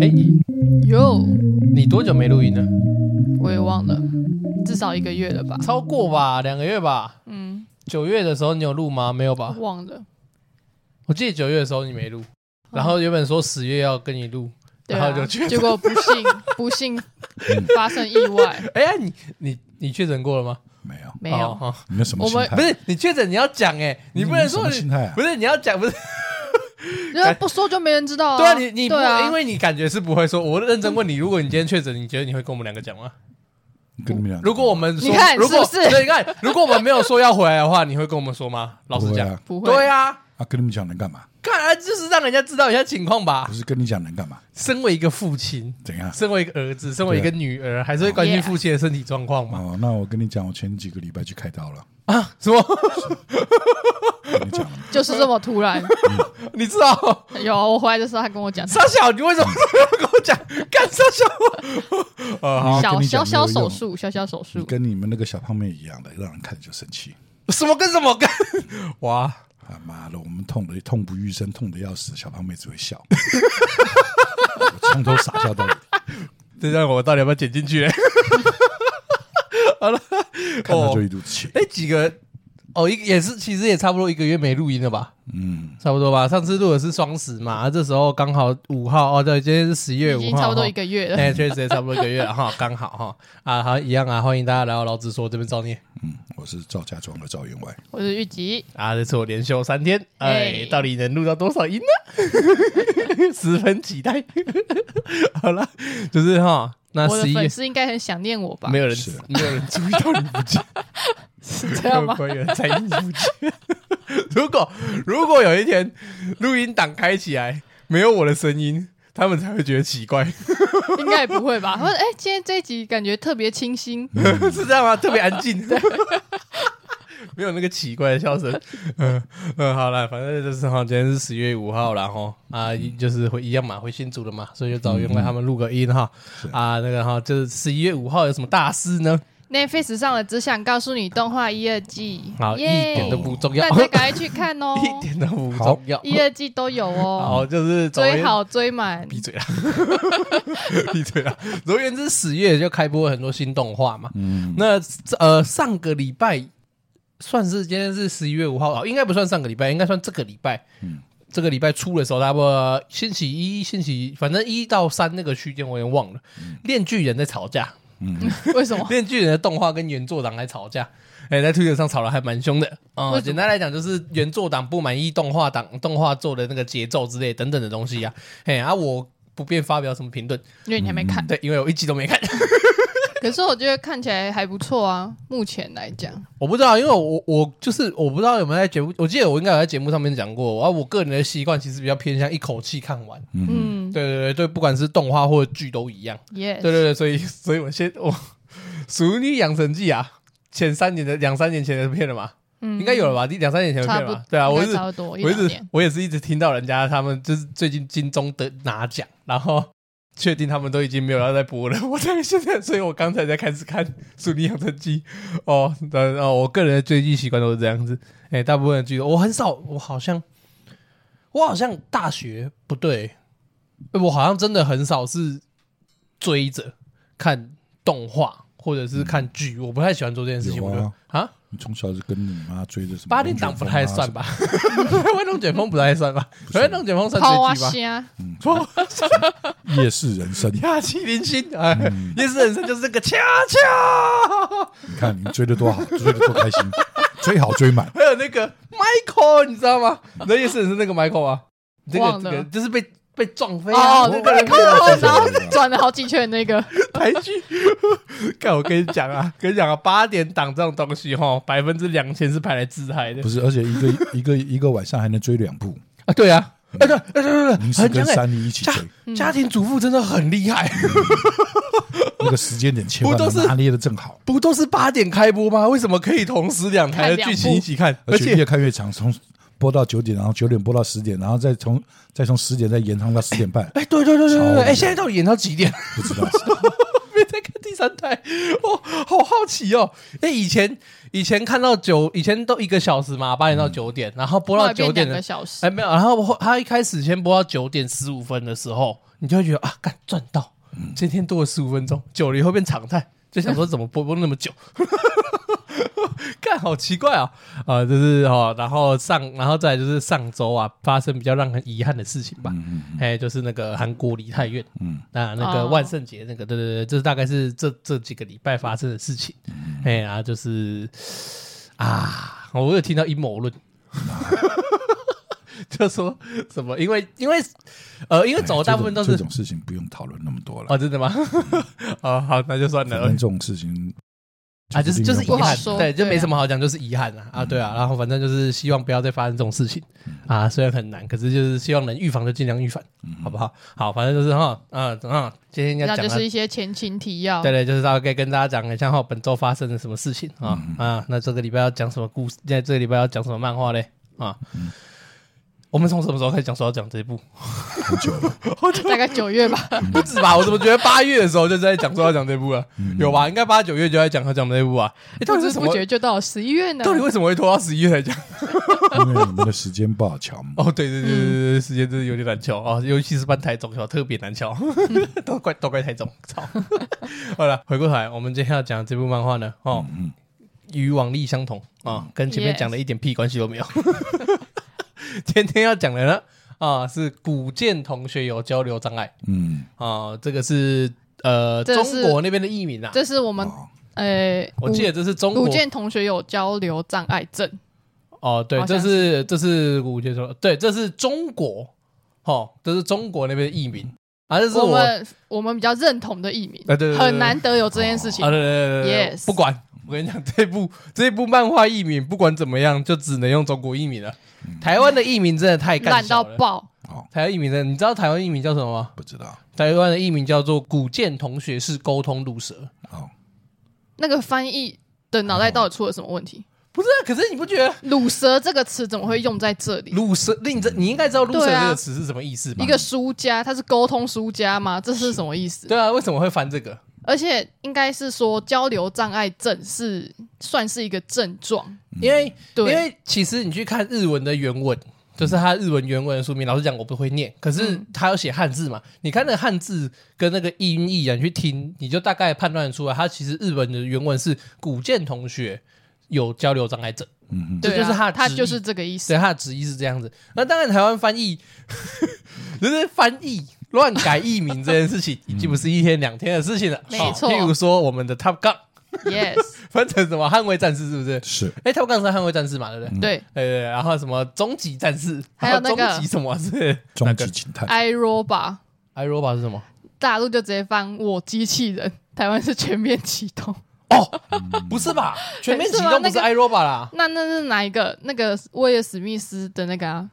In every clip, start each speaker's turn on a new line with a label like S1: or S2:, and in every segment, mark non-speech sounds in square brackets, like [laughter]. S1: 哎没录音了？
S2: 我也忘了，至少一个月了吧？
S1: 超过吧，两个月吧。
S2: 嗯，
S1: 九月的时候你有录吗？没有吧？
S2: 忘了。
S1: 我记得九月的时候你没录，然后原本说十月要跟你录，
S2: 哦对
S1: 然
S2: 啊
S1: 后就，嗯确
S2: 结果不
S1: [laughs]
S2: 幸不幸发生意外，
S1: 哎呀，你你你确诊过了吗？
S3: 没有，
S2: 没有
S1: 哦，哦
S3: 你们什么
S2: 我
S3: 心
S2: 们
S3: 态？
S1: 不是你确诊你要讲哎，你不能说
S3: 什么
S1: 你
S3: 心态啊
S1: 不是你要讲不是
S2: 因为不说就没人知道
S1: 对啊，你你不
S2: 对啊，
S1: 因为你感觉是不会说，我认真问你，如果你今天确诊，你觉得你会跟我们两个讲吗？
S3: 跟你们俩，
S1: 如果我们说
S2: 你看
S1: 如果
S2: 是不是
S1: 对，你看，如果我们没有说要回来的话，你会跟我们说吗？老
S3: 不
S1: 实
S3: 会
S1: 讲，
S3: 啊，
S2: 不会，
S1: 对啊，
S3: 啊，跟你们讲能干嘛？
S1: 看啊，就是让人家知道一下情况吧
S3: 不。是跟你讲能干嘛？
S1: 身为一个父亲，
S3: 怎样？
S1: 身为一个儿子，身为一个女儿，还是会关心
S2: Yeah
S1: 父亲的身体状况嘛？
S3: 哦，那我跟你讲，我前几个礼拜去开刀了，
S1: 啊，什么？ [laughs]
S3: 跟你讲了吗
S2: 就是这么突然。 [laughs]
S1: 你知道？
S2: 有我回来的时候，他跟我讲，
S1: 沙小，你为什么要跟我讲？干沙小，哦
S3: 啊
S2: 小
S3: 跟你
S2: 小
S3: 讲没有
S2: 小
S3: 用
S2: 手术，小小手术
S3: 你，跟你们那个小胖妹一样的，让人看着就生气。
S1: 什么跟什么跟？ [laughs] 哇！
S3: 啊妈的，我们痛的痛不欲生，痛的要死，小胖妹只会笑， [laughs] 我从头傻笑到底，
S1: 这让我到底要不要剪进去？好了，
S3: 看到就
S1: 哦
S3: 一肚子气。
S1: 哎、几个哦，一个也是，其实也差不多一个月没录音了吧？
S3: 嗯，
S1: 差不多吧。上次录的是双十嘛，啊这时候刚好五号哦，对，今天是十月
S2: 已
S1: 五
S2: 经
S1: 号，
S2: 差不多
S1: 哈
S2: 一个 [laughs] 月了。
S1: 哎，确实也差不多一个月了哈，刚好哈啊，好一样啊，欢迎大家来到老子说这边造孽
S3: 嗯，我是赵家庄的赵员外，
S2: 我是玉吉，
S1: 啊，这次我连休三天，哎
S2: 哎，
S1: 到底能录到多少音呢？ [laughs] 十分期待。好了，就是哈，那
S2: 我的
S1: 十一月
S2: 粉丝应该很想念我吧？
S1: 没有人
S3: 是
S1: 没有人注意到你不见。
S2: 是这样吗？
S1: 官员在意不见。 [laughs] 如果如果有一天录音档开起来没有我的声音，他们才会觉得奇怪，
S2: 应该也不会吧？他说，哎，今天这一集感觉特别清新，
S1: [laughs] 是这样吗？特别安 [laughs] 静，没有那个奇怪的笑声。 [laughs] 嗯嗯，好了，反正就是哈，今天是十月五号啦，然后啊，一就是回一样嘛，回新竹了嘛，所以就找员外他们录个音哈。啊，那个哈，就是十一月五号有什么大事呢？
S2: Netflix 上的《只想告诉你》动画一、二季，
S1: 好，一
S2: 耶
S1: 点都不重要，
S2: 大，家赶快去看哦
S1: 一点都不
S3: 好
S1: 重要。
S2: 一、二季都有哦，
S1: 好，就是走
S2: 追好追满。
S1: 闭嘴啦！啊 [laughs] 闭嘴啦！总而言之，十月就开播了很多新动画嘛。
S3: 嗯，
S1: 那呃，上个礼拜算是今天是十一月五号，哦，应该不算上个礼拜，应该算这个礼拜。嗯
S3: 嗯，
S1: 这个礼拜初的时候，差不多星期一、星期反正一到三那个区间，我有点忘了。
S3: 嗯
S1: 炼巨人在吵架，
S2: 为什么？
S1: 炼巨人的动画跟原作党在吵架。哎、在推特上吵得还蛮凶的啊、
S2: 为什么
S1: 简单来讲，就是原作党不满意动画党动画做的那个节奏之类等等的东西啊。哎、啊，我不便发表什么评论，
S2: 因为你还没看，
S1: 对，因为我一集都没看，
S2: 可是我觉得看起来还不错啊。目前来讲，
S1: 我不知道，因为我我就是我不知道有没有在节目，我记得我应该有在节目上面讲过，啊，我个人的习惯其实比较偏向一口气看完，
S2: 嗯
S1: 对对对对，不管是动画或者剧都一样，对
S2: ，yes，
S1: 对对，所以所以我先我《熟女养成记》啊，前三年的两三年前的片了嘛，
S2: 嗯
S1: 应该有了吧？两三年前的
S2: 差
S1: 片
S2: 不
S1: 嘛，对啊，我
S2: 应该
S1: 是
S2: 差不多一
S1: 我一
S2: 两
S1: 直
S2: 年。
S1: 我也是一直听到人家他们就是最近金钟得拿奖，然后确定他们都已经没有要再播了，我在现在，所以我刚才才开始看《苏尼养成记》 [laughs] 哦，然后我个人的追剧习惯都是这样子，哎、大部分的剧我很少，我好像我好像大学不对，呃我好像真的很少是追着看动画或者是看剧，我不太喜欢做这件事情，
S3: 有
S1: 我
S3: 啊
S1: 觉得啊。
S3: 你从小就跟你妈追着什么
S1: 八点档不太算？啊吧？ [laughs] 台湾龙卷风不太算吧？台湾龙卷风算
S2: 抛啊
S1: [laughs]
S2: 蛙
S1: 追剧
S2: 虾，
S1: 吧？
S3: 夜市人生，
S1: 呀，七零星啊，夜市人生就是这个恰恰，
S3: 你看你追的多好， [laughs] 追的多开心，追好追满。
S1: 还有那个 Michael，你知道吗？你知道夜市人生那个 Michael 啊？这个
S2: 忘
S1: 这
S2: 了
S1: 个就是被被撞飞啊，
S2: 哦
S1: 那
S2: 那
S1: 个
S2: 个，然后
S3: 对对对
S2: 转了好几圈那个，
S1: 台剧。 [laughs] 看我跟你讲啊，跟你讲啊，八点档这种东西哈，百分之两千是拍来自嗨的
S3: 不是，而且一个一个一个晚上还能追两部，
S1: 啊。对啊，哎对哎对对对，
S3: 零食
S1: 很
S3: 跟
S1: 强哎。
S3: 三一起
S1: 家
S3: 追，
S2: 嗯
S1: 家庭主妇真的很厉害。
S3: 那个时间点切换
S1: 不都是
S3: 拿捏的正好，
S1: 不都是八点开播吗？为什么可以同时两台的剧情一起看？而
S3: 而且越
S1: 且
S3: 看越长，从播到九点，然后九点播到十点，然后再从再从十点再延长到十点半，
S1: 哎，对对对对对
S3: 超
S1: 对，哎，现在到底演到几点？ [laughs]
S3: 不知道
S1: 没在看第三台， [laughs] 哦，好好奇哦。哎，以前以前看到九，以前都一个小时嘛，八点到九点，然后播
S2: 后
S1: 到
S2: 来变
S1: 九点
S2: 两
S1: 的
S2: 个，小时。
S1: 哎，没有，然后他一开始先播到九点十五分的时候，你就会觉得啊，干赚到，今天多了十五分钟，久了以后变常态，就想说怎么播播那么久， [laughs] 看好奇怪哦，啊、就是哦，然后上，然后再来就是上周啊，发生比较让人遗憾的事情吧，哎、就是那个韩国梨泰院，嗯，那那个
S2: 哦
S1: 万圣节那个，对对对，这大概是这这几个礼拜发生的事情，哎、然后就是啊，我有听到阴谋论， [laughs] 就说什么，因为因为呃，因为走的大部分都是
S3: 这种这种事情不用讨论那么多了。
S1: 哦，真的吗？ [laughs] 哦，好，那就算
S3: 反
S1: 了
S3: 正这种事情
S1: 啊，就是就是遗
S2: 不好
S1: 憾，
S2: 说
S1: 对，就
S2: 对
S1: 没
S2: 啊
S1: 什么好讲，就是遗憾啊啊，对啊，然后反正就是希望不要再发生这种事情啊，虽然很难，可是就是希望能预防就尽量预防，好不好？好，反正就是哈，啊啊，今天要
S2: 那
S1: 讲
S2: 就
S1: 的
S2: 是一些前情提要
S1: 对。对，就是大概跟大家讲一下哈，本周发生了什么事情啊、啊，那这个礼拜要讲什么故事？在这个礼拜要讲什么漫画嘞？啊，我们从什么时候开始讲说要讲这一部？
S3: 很久了，
S2: 大概九月吧，
S1: 不止吧？我怎么觉得八月的时候就在讲说要讲这部了？有吧？应该八九月就在讲要讲这部啊？诶到
S2: 不
S1: 底是
S2: 知
S1: 什
S2: 不
S1: 么？
S2: 觉就到十一月啊呢。
S1: 到底为什么会拖到十一月才讲？
S3: 因为你们的时间不好瞧嘛。
S1: [laughs] 哦，对
S2: 嗯
S1: 对对对对对，时间真的有点难敲啊、哦，尤其是搬台中桥特别难敲，
S2: 嗯
S1: [laughs] 都怪都怪台中，操！好了，回过头来，我们今天要讲的这部漫画呢，哦，与往例相同啊、哦，跟前面
S2: Yes
S1: 讲的一点屁关系都没有。 [laughs] 今天要讲的呢，啊，是古建同学有交流障碍
S3: 嗯，
S1: 啊，这个是呃
S2: 这
S1: 中
S2: 是
S1: 国那边的译名啊，
S2: 这是我们
S3: 哦
S2: 呃，
S1: 我记得这是中
S2: 古
S1: 国
S2: 古建同学有交流障碍症，
S1: 哦，对，
S2: 好
S1: 这
S2: 像
S1: 是这是古建说，对，这是中国，哦，这是中国那边的译名啊，这是
S2: 我
S1: 我
S2: 们我们比较认同的艺名，
S1: 啊对对对对
S2: 很难得有这件事情
S1: 啊，。对对对对对
S2: Yes
S1: 不管我跟你讲，这部这部漫画译名不管怎么样，就只能用中国译名了。台湾的译名真的太干
S2: 烂到
S1: 小了！
S2: 爆，
S1: 台湾译名真的，你知道台湾译名叫什么吗？
S3: 不知道
S1: 台湾的译名叫做“古剑同学是沟通毒蛇
S3: 哦，
S2: 那个翻译的
S1: 哦
S2: 脑袋到底出了什么问题？”。
S1: 不是啊，可是你不觉得
S2: 乳蛇这个词怎么会用在这
S1: “
S2: 里？
S1: 毒蛇”？你这你应该知道“毒蛇”
S2: 对啊
S1: 这个词是什么意思吧？
S2: 一个输家，他是沟通输家吗？这是什么意思？
S1: 对啊，为什么会翻这个？
S2: 而且应该是说交流障碍症是算是一个症状，
S1: 因为因
S2: 对，
S1: 为其实你去看日文的原文，就是它日文原文的书名，老实讲我不会念，可是
S2: 嗯
S1: 它有写汉字嘛？你看那个汉字跟那个音译啊，你去听，你就大概判断得出来，它其实日文的原文是古见同学有交流障碍症，嗯这
S2: 对啊、
S1: 就是他的
S2: 他
S1: 旨意
S2: 就是这个意
S1: 所
S2: 思
S1: 以。它的直译是这样子。那当然，台湾翻译 [laughs] 就是翻译乱改译名这件事情，已经不是一天两天的事情了。
S2: 没
S1: 哦
S2: 错
S1: 譬如说我们的 Top Gun 啊 [laughs]
S2: yes，
S1: 翻成什么捍卫战士，是不是？
S3: 是
S1: 哎、t o p Gun 是捍卫战士嘛，对不对？
S2: 对
S1: 对对，对然后什么终极战士，
S2: 还有那个
S1: 然后终极什么是
S3: 终极警
S1: 啊
S3: 探，
S2: ，I robot，
S1: i robot 是什么？
S2: 大陆就直接翻我机器人，台湾是全面启动。
S1: 哦，不是吧？全面启
S2: 是吗
S1: 动不是
S2: 那
S1: i robot 啦？
S2: 那那是哪一个？那个威尔史密斯的那个啊？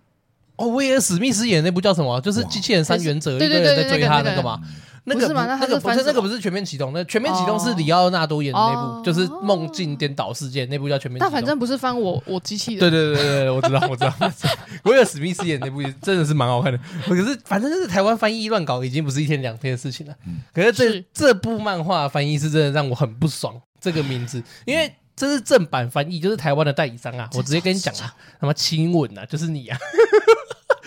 S1: 哦，威尔史密斯演的那部叫什么？就是机器人三原则，一
S2: 对
S1: 堆
S2: 对对
S1: 人在
S2: 对
S1: 追
S2: 那个
S1: 他
S2: 那个
S1: 个嘛。那
S2: 不
S1: 个
S2: 是嘛那他
S1: 那个
S2: 是
S1: 不
S2: 翻
S1: 是
S2: 什么
S1: 那个不是全面启动，那全面启动是里奥纳多演的那部，
S2: 哦
S1: 就是梦境颠倒事件那部叫全面启
S2: 那
S1: 动。
S2: 反正不是
S1: [laughs]
S2: 翻我我机器人，
S1: 对对对对对，我知道我知道， [laughs] 威尔史密斯演那部真的是蛮好看的。可是反正就是台湾翻译乱搞，已经不是一天两天的事情了。可是这
S2: 是
S1: 这部漫画翻译是真的让我很不爽，这个名字，因为这是正版翻译，就是台湾的代理商啊，我直接跟你讲啊，他妈亲吻啊，就是你啊，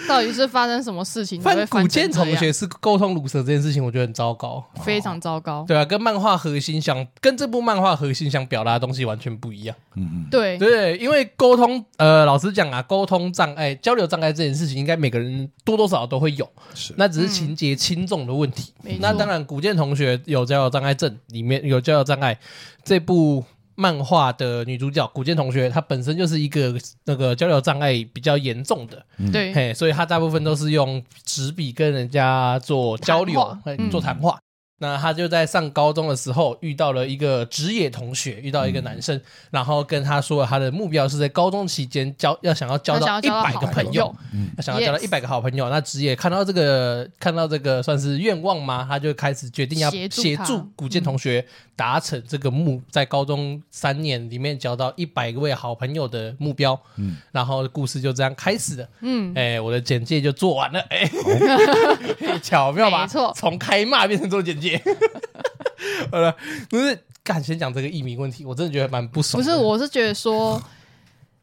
S2: 到底是发生什么事情？才
S1: 翻
S2: 会
S1: 古
S2: 翻
S1: 剑
S2: 成
S1: 同
S2: 这样啊
S1: 学是沟通乳蛇这件事情，我觉得很糟糕。
S2: 非常糟糕。
S1: 对啊，跟漫画核心想，跟这部漫画核心想表达的东西完全不一样。
S3: 嗯
S2: 对，
S1: 对，因为沟通，呃，老实讲啊，沟通障碍、交流障碍这件事情，应该每个人多多少少都会有，
S3: 嗯，是
S1: 那只是情节轻重的问题。
S2: 没错
S1: 那当然，古剑同学有交流障碍症，里面有交流障碍，这部漫画的女主角古剑同学，她本身就是一个那个交流障碍比较严重的，
S2: 对
S1: 嗯嘿，所以他大部分都是用纸笔跟人家做交流
S2: 谈话，
S1: 嘿
S2: 嗯
S1: 做谈话。那他就在上高中的时候遇到了一个职业同学，遇到一个男生，
S2: 嗯
S1: 然后跟他说他的目标是在高中期间交要想要交
S2: 他想
S1: 到
S2: 要
S1: 一
S2: 交到
S1: 百
S2: 好
S1: 个朋
S2: 朋
S1: 友
S2: 友，
S1: 他想要交到
S2: Yes
S1: 一百个好朋友。那职业看到这个看到这个算是愿望吗？他就开始决定要
S2: 协助
S1: 协
S2: 他嗯
S1: 助古建同学达成这个目，在高中三年里面交到一百位好朋友的目标。嗯，然后故事就这样开始了。
S2: 嗯，
S1: 哎、我的简介就做完了，哎、 [laughs] 巧妙吧？
S2: 没错
S1: 从开骂变成做简介。 [laughs] 好了，不是，敢先讲这个译名问题，我真的觉得蛮不爽
S2: 不
S1: 的。
S2: 是，我是觉得说，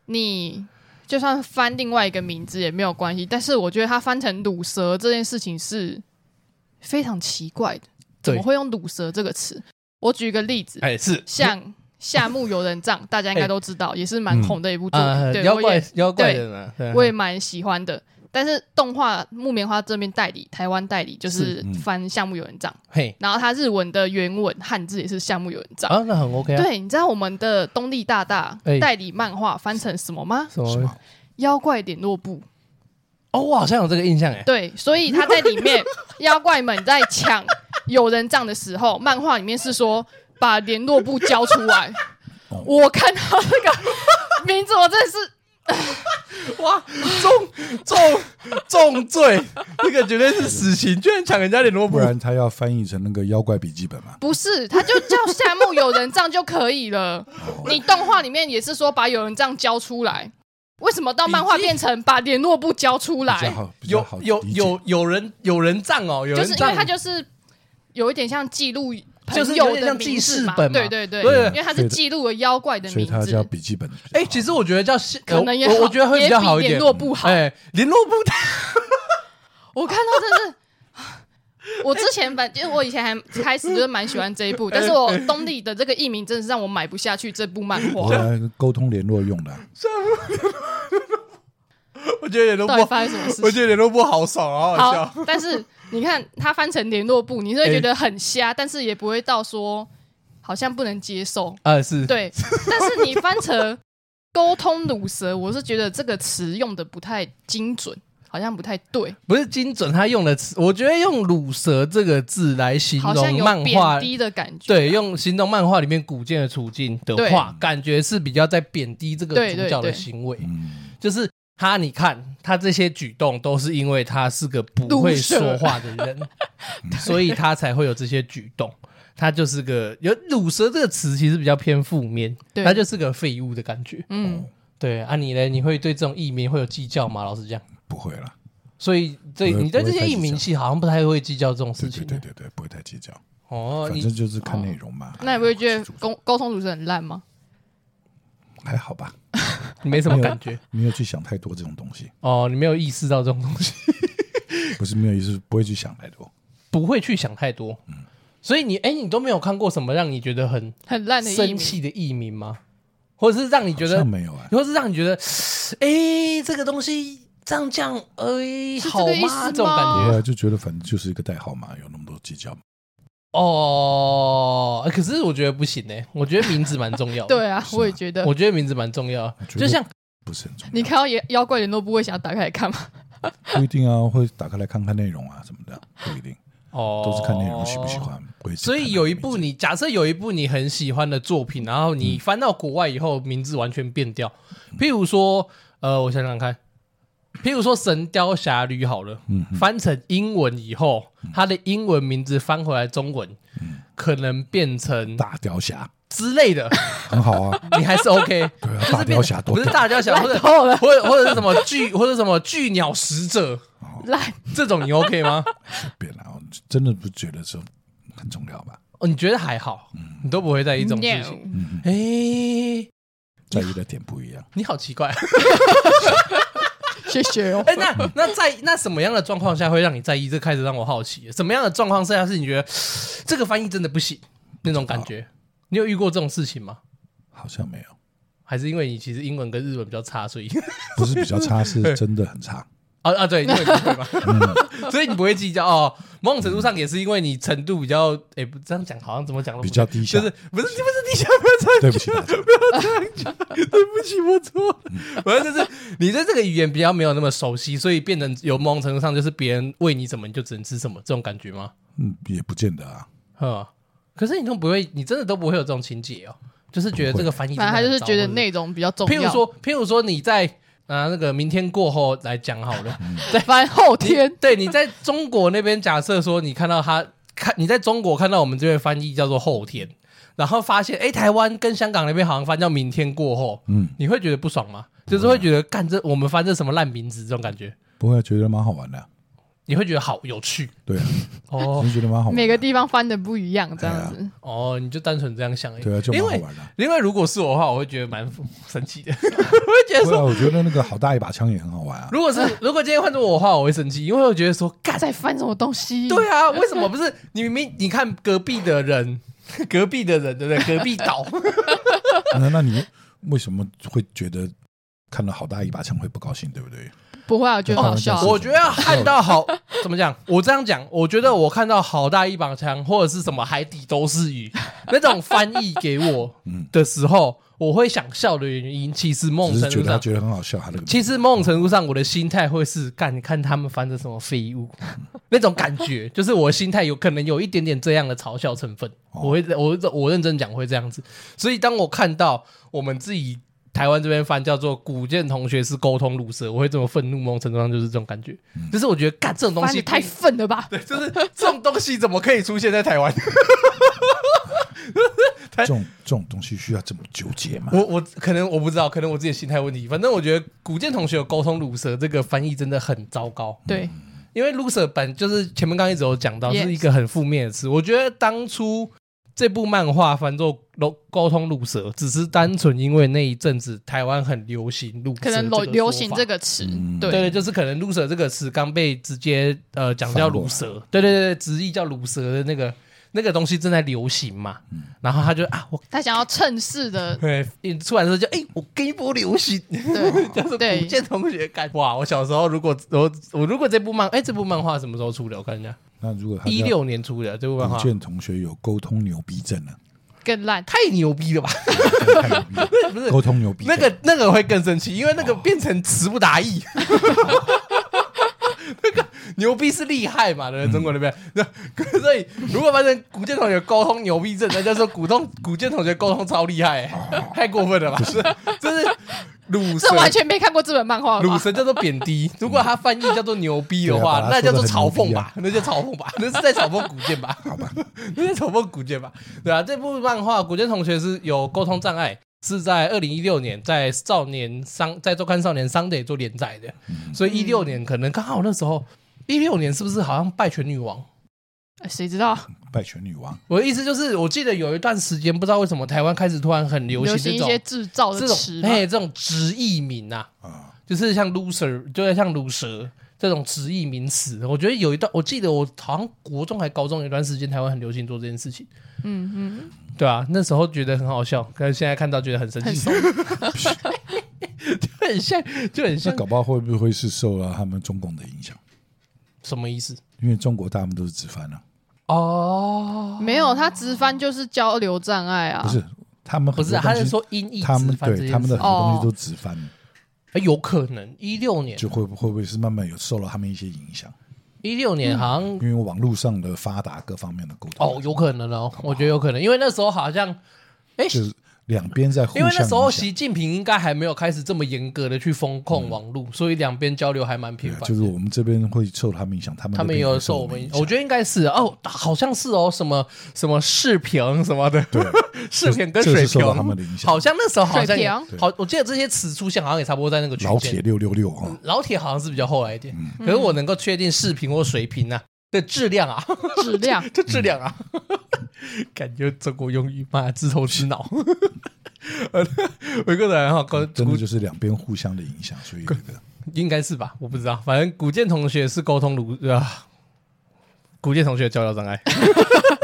S2: 你就算翻另外一个名字也没有关系，但是我觉得他翻成乳蛇这件事情是非常奇怪的。怎么
S1: 对
S2: 会用卤蛇这个词？我举一个例子，
S1: 哎，是
S2: 像夏目友人帐，大家应该都知道，也是蛮红的一部作品。
S1: 啊，
S2: 对，
S1: 妖
S2: 我
S1: 怪
S2: 也
S1: 妖怪
S2: 对
S1: 的呢，对
S2: 我也蛮喜欢的。但是动画木棉花这边代理，台湾代理就是
S3: 是嗯
S2: 翻夏目友人帐，
S1: 嘿
S2: 然后它日文的原文汉字也是夏目友人帐。
S1: 啊，那很 OK 啊，
S2: 对，你知道我们的东立大大
S1: 哎
S2: 代理漫画翻成什么吗？
S1: 什
S3: 什
S1: 么
S3: 么？
S2: 妖怪联络部。
S1: 哦，我好像有这个印象哎，
S2: 对，所以他在里面妖怪们在抢有人账的时候，漫画里面是说把联络簿交出来。
S3: 哦
S2: 我看到这个名字，我真的是
S1: 哇，重重重罪，这个绝对是死刑，居然抢人家联络
S3: 不
S1: 簿，
S3: 然他要翻译成那个妖怪笔记本嘛？
S2: 不是，他就叫夏目友人账就可
S1: [laughs]
S2: 以了。你动画里面也是说把有人账交出来，为什么到漫画变成把联络簿交出
S3: 比较
S2: 来？
S3: 好，比较
S1: 有
S3: 好
S1: 有
S3: 理解
S1: 有有人有人账哦，有
S2: 就
S1: 人
S2: 是因为
S1: 账
S2: 他，就是有一点像记录朋
S1: 就是有
S2: 友
S1: 点
S2: 的
S1: 像记
S2: 名字
S1: 事
S2: 嘛，
S1: 本嘛
S2: 对对对，
S1: 对
S2: 因为他是记录了妖怪的
S3: 所以
S2: 名
S3: 他
S2: 字
S3: 叫。笔记本。
S1: 哎，其实我觉得叫是
S2: 可能也
S1: 我
S2: 好
S1: 我觉得会比较好一
S2: 也
S1: 点，
S2: 比联络簿好
S1: 哎，联络簿
S2: 我看到真是。我之前本就是 [laughs] 我以前还开始就是蛮喜欢这一部，但是
S1: 哎
S2: 我东立的这个译名真的是让我买不下去这部漫
S3: 我
S2: 画。
S3: 来沟通联络用的啊，
S1: 我觉得联络
S2: 到底
S1: 簿，
S2: 发生什么事
S1: 我
S2: 情？
S1: 觉得联络簿好爽，好好笑
S2: 好。，但是你看它翻成联络部，你是会觉得很
S1: 哎
S2: 瞎，但是也不会到说好像不能接受。
S1: 啊，是，
S2: 对，但是你翻成沟通乳蛇，我是觉得这个词用的不太精准，好像不太对，
S1: 不是精准他用的词，我觉得用“乳蛇”这个字来形
S2: 好像
S1: 容
S2: 有
S1: 漫画
S2: 贬，低的感觉。
S1: 对，用形容漫画里面古剑的处境的话，感觉是比较在贬低这个
S2: 对
S1: 主
S2: 对
S1: 角的
S2: 对
S1: 行为，
S3: 嗯，
S1: 就是他，你看他这些举动都是因为他是个不
S2: 乳
S1: 会
S2: 蛇
S1: 说话的
S3: [laughs]
S1: 人，所以他才会有这些举动。他就是个有“乳蛇”这个词，其实比较偏负面，
S2: 对
S1: 他就是个废物的感觉。
S3: 哦
S2: 嗯，
S1: 对啊，你呢？你会对这种译名会有计较吗？老实讲。
S3: 不会了，
S1: 所以这
S3: 不会
S1: 你对这
S3: 不会
S1: 些
S3: 太计
S1: 艺
S3: 较
S1: 名系好像不太会计较这种事
S3: 对对
S1: 情。
S3: 对对对，不会太计较，
S1: 哦，
S3: 反
S1: 你
S3: 正就是看内容嘛。
S2: 那你不会觉得沟沟通乳蛇很烂吗？
S3: 还好吧？
S1: 你没什么感觉
S3: 没有去想太多这种东西，
S1: 哦，你没有意识到这种东西，
S3: 不是没有意思，不会去想太多。
S1: 不会去想太多。
S3: 嗯
S1: 所以你哎，你都没有看过什么让你觉得很
S2: 很烂的译
S1: 生
S2: 名。
S1: 气的艺名吗？或者是让你觉
S3: 好
S1: 得
S3: 像，没有啊，
S1: 或是让你觉得，哎，这个东西这样这样，哎，
S2: 是这
S1: 好
S2: 个意
S1: 吗？
S2: 思
S1: 这种
S2: 吗
S1: 感
S3: 对
S1: 觉
S3: 啊，就觉得反正就是一个代号嘛，有那么多计较嘛。
S1: 哦。可是我觉得不行呢，我觉得名字蛮重要的。
S2: [laughs] 对啊，我也觉得。
S1: 我觉得名字蛮重要的，
S3: 我觉得
S1: 就像
S3: 不是很重要。
S2: 你看到妖妖怪联络部会想要打开来看吗？
S3: 不一定啊，会打开来看看内容啊什么的，不一定，
S1: 哦，
S3: 都是看内容喜不喜欢。不会只
S1: 所
S3: 看
S1: 以
S3: 那
S1: 有
S3: 个
S1: 一
S3: 名
S1: 部
S3: 字 [laughs]
S1: 你假设有一部你很喜欢的作品，然后你
S3: 嗯
S1: 翻到国外以后，名字完全变掉。譬如说，呃，我想想看，譬如说《神雕侠侣》好了，
S3: 嗯
S1: 翻成英文以后，它的英文名字翻回来中文，
S3: 嗯
S1: 可能变成
S3: 大雕侠
S1: 之类的， [laughs]
S3: 很好啊，
S1: 你还是 OK。
S3: 对啊
S1: 就，是
S3: 大
S1: 变
S3: 雕侠多
S1: 不是
S3: 屌
S1: 大
S3: [laughs]
S1: 雕侠，或者或者或者是什么巨或者什么巨鸟使者
S2: 烂，
S1: 这种，你 OK 吗？
S3: 随便啊，我真的不觉得说很重要吧？
S1: 哦，你觉得还好，
S3: 嗯
S1: 你都不会在意这种事情。
S2: No
S1: 哎、
S3: 在意的点不一样，
S1: 你好奇怪。
S2: 谢谢
S1: [laughs]
S2: 哦。
S1: 哎、那那在那什么样的状况下会让你在意？这开始让我好奇，什么样的状况下是你觉得嘶这个翻译真的不行那种感觉？你有遇过这种事情吗？
S3: 好像没有，
S1: 还是因为你其实英文跟日文比较差，所以
S3: 不是比较差，是真的很 [laughs] 差。
S1: 啊啊对，因为你会
S3: 嗯
S1: 嘛， [laughs] 所以你不会计较哦。某种程度上也是因为你程度比较，哎、不这样讲好像怎么讲都不
S3: 比较低下
S1: 就是不是不是低下，不要这样
S3: 对不起大家，
S1: 对不起，我错了。反正就是你对这个语言比较没有那么熟悉，所以变成有某种程度上就是别人喂你什么你就只能吃什么这种感觉吗？
S3: 嗯，也不见得啊。
S1: 嗯，可是你都不会，你真的都不会有这种情节哦，就是觉得这个翻译真的
S2: 反正他
S1: 很
S2: 就是
S1: 糟
S2: 觉得
S1: 或者
S2: 内容比较重
S1: 譬
S2: 要。
S1: 如，说，譬如说你在啊、那个明天过后来讲好
S3: [laughs]
S1: 了，对
S2: 反正后
S1: 你
S2: 天
S1: 对，你在中国那边假设说你看到他看你在中国看到我们这边翻译叫做后天，然后发现哎、诶台湾跟香港那边好像翻叫明天过后，
S3: 嗯，
S1: 你会觉得不爽吗？就是会觉得干这我们翻这什么烂名字这种感觉。
S3: 不会啊觉得蛮好玩的啊，
S1: 你会觉得好有趣
S3: 对啊，
S1: 哦
S3: 你觉得蛮好玩的，啊
S2: 每个地方翻的不一样，这样子。
S1: 哦，你就单纯这样想而已，
S3: 对啊，就蛮
S1: 因
S3: 好
S1: 为
S3: 玩的。
S1: 因为如果是我的话，我会觉得蛮神奇的，我 [laughs] 会觉得
S3: 对啊，
S1: 说，
S3: 我觉得那个好大一把枪也很好玩啊。
S1: 如果是如果今天换成我的话，我会生气，因为我觉得说，干，
S2: 在啊翻什么东西？
S1: 对啊，为什么不是你明明你看隔壁的人， [laughs] 隔壁的人对不对？隔壁 [laughs] 岛，
S3: 那那你为什么会觉得看到好大一把枪会不高兴，对不对？
S2: 不会啊，我觉得好笑。
S1: 我觉得看到好怎么讲？我这样讲，我觉得我看到好大一把枪，或者是什么海底都是鱼 [laughs] 那种翻译给我
S3: 嗯
S1: 的时候，我会想笑的原因，其实梦
S3: 只是
S1: 程
S3: 觉
S1: 度
S3: 得他
S1: 上。
S3: 觉得很好笑，他那个
S1: 其实某种程度上，我的心态会是干，你看他们翻的什么废物， [laughs] 那种感觉，就是我的心态有可能有一点点这样的嘲笑成分。
S3: 哦
S1: 我会，我我认真讲会这样子。所以当我看到我们自己台湾这边翻叫做“古剑同学是沟通鲁蛇”，我会这么愤怒。某种程度上就是这种感觉，就是我觉得干这种东
S2: 翻
S1: 西嗯
S2: 的太愤了吧？
S1: 对， [laughs] 就是这种东西怎么可以出现在台湾？
S3: 这种这种东西需要这么纠结吗？
S1: 我我可能我不知道，可能我自己的心态问题。反正我觉得古剑同学有沟通鲁蛇这个翻译真的很糟糕。
S2: 对，
S1: 因为 loser 本就是前面刚刚一直有讲到，
S2: Yes
S1: 是一个很负面的词。我觉得当初这部漫画翻作沟沟通 loser，只是单纯因为那一阵子台湾很流行 loser，
S2: 可能
S1: 这个说
S2: 流
S1: 法
S2: 流行这。个词，
S1: 对
S2: 对，
S1: 就是可能 loser 这个词刚被直接呃讲叫
S3: 翻过来
S1: 卤蛇，对对对，直译叫卤蛇的那个那个东西正在流行嘛，然后他就啊，我
S2: 他想要趁
S1: [laughs]
S2: 势的，
S1: 对一出来的时候就哎、我跟一波流行，叫做
S2: [laughs] 对
S1: 古
S2: 对，
S1: 剑同学干哇！我小时候如果我我如果这部漫哎、这部漫画什么时候出的？我看一下，
S3: 那如果他
S1: 一
S3: 叫
S1: 六年出的这部漫画
S3: 古，健同学有沟通牛逼症呢？
S1: [laughs]
S2: 更烂。
S1: 太牛逼了吧！
S3: 太牛逼了
S1: 不 [laughs] 是
S3: 沟通牛逼
S1: 那
S3: 症，
S1: 个那个会更生气，因为那个变成词不达意。 [laughs] 那个牛逼是厉害嘛？对不对，中国那边，那 [laughs] 所以如果发生古剑同学沟通牛逼症，那就说古通古剑同学沟通超厉害、欸，太过分了吧？ [laughs] 是，就是鲁
S2: 这完
S1: 蛇，
S2: 全没看过这本
S1: [laughs]
S2: 漫画
S1: 鲁
S2: 吧？
S1: 蛇叫做贬
S3: [laughs]
S1: 低，如果他翻译叫做牛逼的
S3: 嗯对
S1: 话，
S3: 啊把它
S1: 那叫做嘲
S3: 说得很
S1: 讽
S3: 牛逼
S1: 吧 [laughs]
S3: 啊，
S1: 那就嘲讽
S3: [laughs]
S1: 吧，那是在嘲讽古剑吧？ [laughs]
S3: 好吧？
S1: 那是嘲讽古剑吧？对啊，这部漫画古剑同学是有沟通障碍，是在二零一六年在少年商在周刊少年商 u 做连载的，
S3: 嗯
S1: 所以一六年可能刚好那时候，一六年是不是好像拜权女王？
S2: 哎谁知道？
S3: 拜权女王，
S1: 我的意思就是，我记得有一段时间，不知道为什么台湾开始突然很流这
S2: 流行一
S1: 种
S2: 些制造
S1: 这
S2: 的
S1: 种
S2: 词嘛，
S1: 哎这种直译名啊，
S3: 啊，
S1: 就是像 loser，就是像 loser 这种直译名词。我觉得有一段，我记得我好像国中还高中有一段时间，台湾很流行做这件事情。
S2: 嗯嗯，
S1: 对啊，那时候觉得很好笑，可是现在看到觉得很生
S2: 很
S1: 气，
S2: 怂。
S1: [laughs] 就很像，就很
S3: 那
S1: 像
S3: 搞不好会不会是受了他们中共的影响？
S1: 什么意思？
S3: 因为中国大部分都是直翻啊，
S1: 哦，
S2: 没有，他直翻就是交流障碍啊
S3: 不。是他们
S1: 不
S3: 很
S1: 是
S3: 多
S1: 啊，他
S3: 东
S1: 是
S3: 西，
S1: 说音译
S3: 他们
S1: 直翻这
S3: 对
S1: 件
S3: 他们的
S1: 事
S3: 很多东
S2: 哦
S3: 西都直翻，
S1: 哎有可能一六年，
S3: 就会不会不会是慢慢有受了他们一些影响？
S1: 一六
S2: 嗯
S1: 年好像
S3: 因为网络上的发达各方面的沟通
S1: 哦，有可能哦，我觉得有可能，因为那时候好像，哎，
S3: 就是两边在互
S1: 因为
S3: 相影响，
S1: 那时候习近平应该还没有开始这么严格的去风控网络，所以两边交流还蛮频
S3: 对啊
S1: 繁的。
S3: 就是我们这边会受他们影响，他们
S1: 他
S3: 那
S1: 们
S3: 边
S1: 也
S3: 也
S1: 有
S3: 会
S1: 受我们
S3: 们
S1: 影
S3: 影
S1: 响，
S3: 响。
S1: 我觉得应该是哦，好像是哦，什么什么视频什么的， [laughs]
S3: 对，
S1: 视频跟
S3: 这
S1: 水
S3: 是受
S1: 平
S3: 到他们的影响
S1: 好像那时候好像也
S2: 水
S3: 对
S1: 好，我记得这些词出现好像也差不多在那个区间。
S3: 老铁六六六啊，
S1: 老铁好像是比较后来一点，
S3: 嗯
S1: 可是我能够确定视频或水平啊的质量
S3: [laughs]
S1: 啊，
S2: 质量
S1: 这质量啊，
S3: 嗯
S1: 感觉中国用语嘛，自头是脑。 [laughs] 回过头来哈，跟
S3: 真的就是两边互相的影响，所以这个
S1: 应该是吧，我不知道，反正古剑同学是沟通如啊，古剑同学的交流障碍。 [laughs]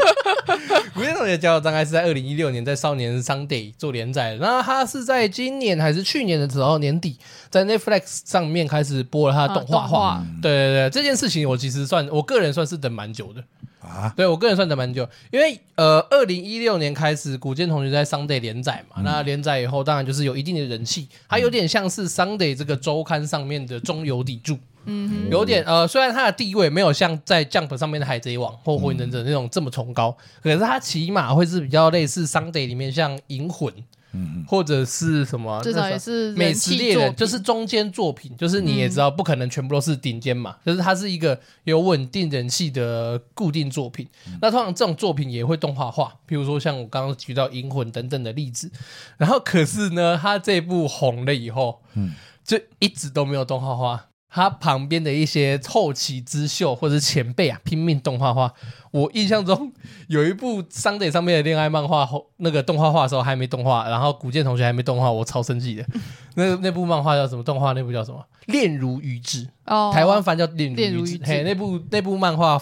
S1: 古剑同学的交流障碍是在二零一六年在少年 Sunday 做连载的，那他是在今年还是去年的时候年底，在 Netflix 上面开始播了他的动画化。
S2: 啊
S1: 对对对，这件事情我其实算我个人算是等蛮久的，
S3: 啊，
S1: 对我个人算等蛮久，因为呃，二零一六年开始，古剑同学在 Sunday 连载嘛，那连载以后，当然就是有一定的人气，它有点像是 Sunday 这个周刊上面的中流砥柱，嗯，有点呃，虽然它的地位没有像在 Jump 上面的海贼王或火影忍者那种这么崇高，可是它起码会是比较类似 Sunday 里面像银魂，嗯，或者是什么，
S2: 至
S1: 那时
S2: 少
S1: 候
S2: 也是
S1: 美
S2: 人
S1: 食
S2: 气
S1: 猎
S2: 作
S1: 人
S2: 品，
S1: 就是中间作品，就是你也知道，不可能全部都是顶尖
S2: 嗯
S1: 嘛，就是它是一个有稳定人气的固定作品。那通常这种作品也会动画化，比如说像我刚刚提到《银魂》等等的例子。然后可是呢，它这部红了以后，嗯，就一直都没有动画化。他旁边的一些后起之秀或者前辈啊，拼命动画化。我印象中有一部《商 y 上面的恋爱漫画，后那个动画化的时候还没动画，然后古剑同学还没动画，我超生气的。那那部漫画叫什么？动画那部叫什么？《恋如雨止》，
S2: 哦，
S1: [laughs] 台湾翻叫《恋
S2: 恋
S1: 如
S2: 如
S1: 雨止》。
S2: 雨止
S1: 嘿，那部那部漫画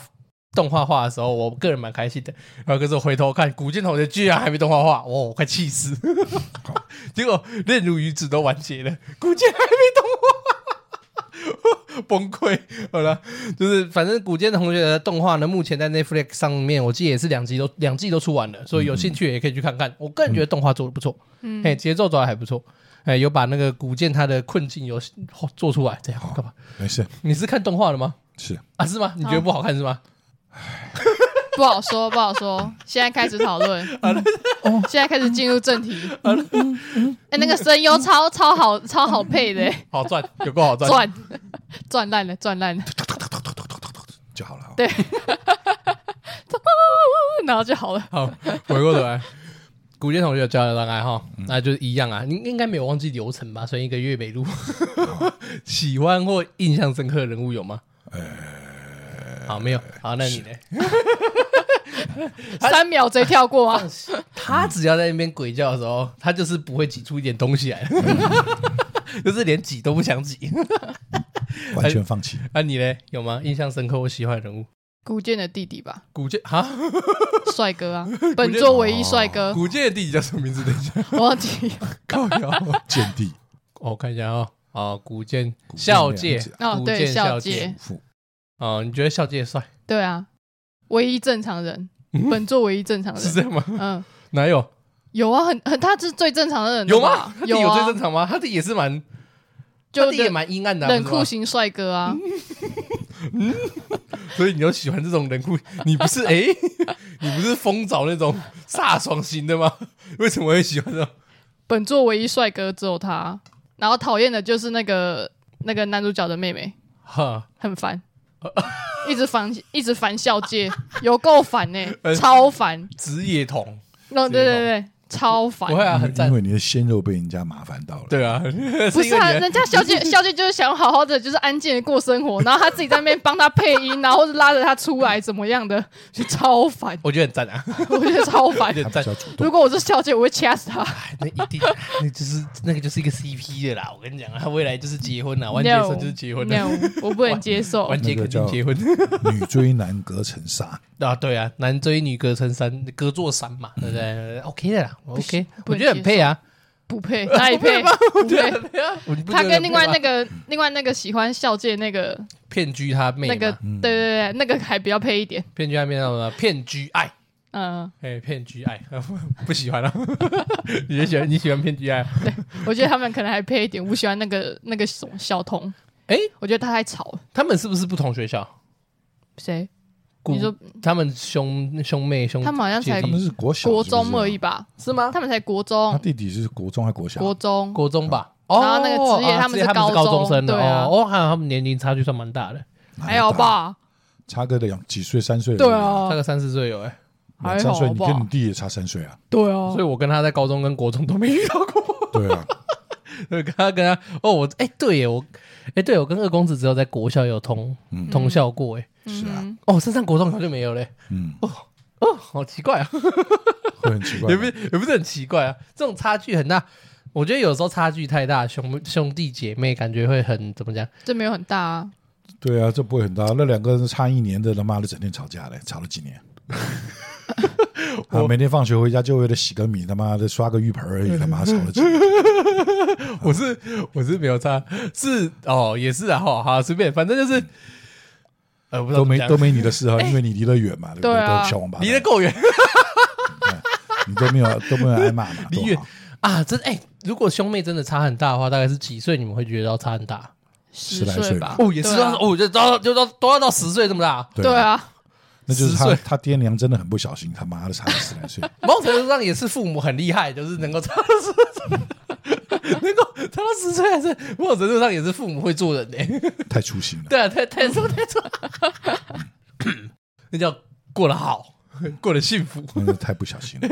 S1: 动画化的时候，我个人蛮开心的。然后可是我回头看，古剑同学居然还没动画化，哇，我快气死！ [laughs] 结果《恋如雨止》都完结了，古剑还没动画，崩溃。好了，就是反正古剑同学的动画呢，目前在 Netflix 上面，我记得也是两集都两季都出完了，所以有兴趣也可以去看看。我个人觉得动画做的不错，嗯，哎，节奏走的还不错。哎，有把那个古剑他的困境有哦做出来，这样干嘛？
S3: 没事，
S1: 你是看动画的吗？ [laughs]
S3: 是
S1: 啊，是吗？你觉得不好看是吗？
S2: 不好说，不好说。现在开始讨
S1: [laughs]
S2: 论，
S1: 哦
S2: [laughs] 现在开始进入正题。
S1: 嗯
S2: 哎，那个声优超超好，超好配的，欸
S1: 好赚，有够好赚。
S2: 赚 [laughs] 赚烂了，赚烂了，
S3: 就好了哦。
S2: 对，然后就好了。
S1: 好，回过头来，古剑同学有交流障碍哈，那就是一样啊。你应该没有忘记流程吧？所以一个月没录。 [laughs] 喜欢或印象深刻的人物有吗？好，没有。好，那你呢？
S2: [laughs] 三秒直接跳过啊！
S1: 他只要在那边鬼叫的时候，他就是不会挤出一点东西 [laughs] 来，就是连挤都不想挤。
S3: 完全放弃。
S1: 那你呢？有吗？印象深刻或喜欢的人物？
S2: 古剑的弟弟吧，
S1: 古剑哈，
S2: 帅哥啊，本座唯一帅哥，
S1: 古剑的弟弟叫什么名字？等一下，
S2: 我忘记
S1: [laughs] 靠腰。
S3: 见地
S1: 哦我看一下啊、哦，啊，古剑
S3: 古剑啊
S1: 孝介
S3: 良子，
S2: 哦，
S1: 古
S2: 对，
S1: 剑
S2: 笑
S1: 介，
S2: 介，
S3: 父
S1: 哦，你觉得孝介帅
S2: 对啊，唯一正常人，本座唯一正常
S1: 嗯是
S2: 人，
S1: 这样吗？
S2: 嗯，
S1: 哪有
S2: 有啊，很很，他是最正常的人了
S1: 有
S2: 吧，
S1: 吗？他弟
S2: 有
S1: 有最
S2: 啊
S1: 正，常吗？他弟也是蛮，
S2: 就
S1: 他弟也
S2: 冷
S1: 蛮阴暗的啊、
S2: 冷
S1: 不
S2: 酷
S1: 是嗯
S2: 型帅哥啊，
S1: 吗，所以你就喜欢这种冷酷？你不
S2: [laughs]
S1: 是哎、你不是疯找那种飒爽型的吗？为什么会喜欢这种？
S2: 本座唯一帅哥只有他，然后讨厌的就是那个那个男主角的妹妹，
S1: 哈，
S2: 很烦。
S1: 呃
S2: 一直烦，一直烦笑界，有够烦呢、
S1: [laughs]
S2: 超烦。
S1: 直野童
S2: 哦，对对对，超烦
S1: 不。会啊，
S3: 因为
S1: 很赞
S3: 因。为你的鲜肉被人家麻烦到了。
S1: 对
S2: [laughs]
S1: 啊，
S2: 不
S1: 不
S2: 是啊，人家小
S1: [laughs]
S2: 姐小姐就是想好好的，就是安静的过生活，然后她自己在那边帮她配音，然后或者拉着她出来怎么样的，就超
S1: [laughs]
S2: 烦，
S1: 我觉得很赞啊，
S2: 我觉得超烦
S1: 我。觉得很
S3: 他比
S1: 赞
S3: 较。主动
S2: 如，果我是小姐，我会掐死她。
S1: 哎 [laughs] 那一定，那就是那个就是一个 CP 的啦。我跟你讲啊，他未来就是结婚了，完结生就是结婚啊
S2: n
S1: [laughs] 了，
S2: o 我不能接受。
S1: 完结肯定结婚。
S3: [laughs] 女追男隔层纱，
S1: 啊，对啊，男追女隔层山，隔座山嘛，对不对？OK 的啦，OK，
S2: 不
S1: 我觉得很配啊，[laughs]
S2: 不配，哪里配？不配。
S1: 我不觉得
S2: 他
S1: 很
S2: 跟另
S1: 配
S2: 外
S1: 吗
S2: 那个、另外那个喜欢校界那个、
S1: 骗居他妹嘛，
S2: 那个，对对对，那个还比较配一点。
S1: 骗居他妹叫什么？骗居爱，
S2: 嗯，
S1: 哎，骗居爱， [laughs] 不喜欢了。啊 [laughs] 你也喜欢你喜欢骗居爱？啊
S2: 我觉得他们可能还配一点。我喜欢那个那个什么小童，
S1: 哎，
S2: 我觉得他太吵了。
S1: 他们是不是不同学校？
S2: 谁？
S1: 古
S2: 你说
S1: 他们兄兄妹兄，
S2: 他们好像才嗯
S1: 姐
S3: 他
S1: 弟
S3: 们是国小、
S2: 国
S3: 是
S2: 中
S3: 不是
S2: 而已吧？
S1: 是吗？
S2: 他们才国
S3: 他
S2: 中，
S3: 弟弟是国中还国小？
S2: 国中，
S1: 国中吧。哦，
S2: 然后那个职业
S1: 啊
S2: 他们
S1: 职业
S2: 是
S1: 他们是高
S2: 高
S1: 中
S2: 中
S1: 生的
S2: 对啊
S1: 哦，哦，还有他们年龄差距算蛮大的，
S3: 哪里
S2: 还好
S3: 大？
S2: 吧？
S3: 差个两几岁，三岁而已。
S2: 对
S1: 大
S2: 啊，
S1: 概三四岁有哎，
S2: 还
S3: 两三
S2: 好
S3: 岁，
S2: 好
S3: 你
S2: 不
S3: 跟
S2: 好
S3: 你？弟也差三岁啊？
S2: 对啊
S1: 所以，我跟他在高中跟国中都没遇到过。
S3: 对
S2: [laughs]
S3: 啊，
S1: 对，跟他跟他哦，我哎、对耶，我哎、对我跟二公子只有在国校有通、
S3: 嗯
S1: 通校过哎，
S2: 嗯
S3: 是啊，
S1: 哦，身上国中好像没有嘞，
S2: [laughs]
S3: 嗯，
S1: 哦，好奇怪啊，啊
S3: 会很奇怪
S1: 也
S3: 吗。
S1: 不是也不是很奇怪啊，这种差距很大，我觉得有时候差距太大，兄兄弟姐妹感觉会很怎么讲？
S2: 这没有很大啊。
S3: 对啊，这不会很大。那两个人差一年的，他妈的整天吵架嘞，吵了几
S1: [laughs]
S3: 年。啊，每天放学回家就为了洗个米，他妈的刷个浴盆而已，他
S1: [laughs]
S3: 妈吵了几年。
S1: [laughs] 我是我是没有差，是哦，也是啊，哈、好随便，反正就是，呃，我不知道
S3: 都没
S1: 怎么
S3: 都
S1: 讲哎
S3: 没你的事啊，因为你离得远嘛，对不
S2: 对啊
S3: 都小王八蛋，
S1: 离得够远。
S3: 你都没有都没有挨骂嘛，
S1: [laughs] 离
S3: 多
S1: 远
S3: 好
S1: [laughs] 啊，真哎、如果兄妹真的差很大的话，大概是几岁你们会觉得到差很大？
S2: 十
S3: 来
S2: 岁
S3: 岁
S2: 吧
S3: 吧，
S1: 哦，也是
S2: 对啊
S1: 到、哦，就到就到都要到十岁这么大，
S2: 对，啊，
S3: 那就是
S1: 十
S3: 他
S1: 岁
S3: 他爹娘真的很不小心，他妈的差了十来岁，
S1: [laughs] 某种程度上也是父母很厉害，就是能够 [laughs] 差到十岁，能够 [laughs] 差到十岁，还是某种程度上也是父母会做人的、
S3: [laughs] 太粗心了。
S1: [laughs] 对啊，太太错太错， [laughs] 那叫过得好， [laughs] 过得幸福。
S3: 真的太不小心了，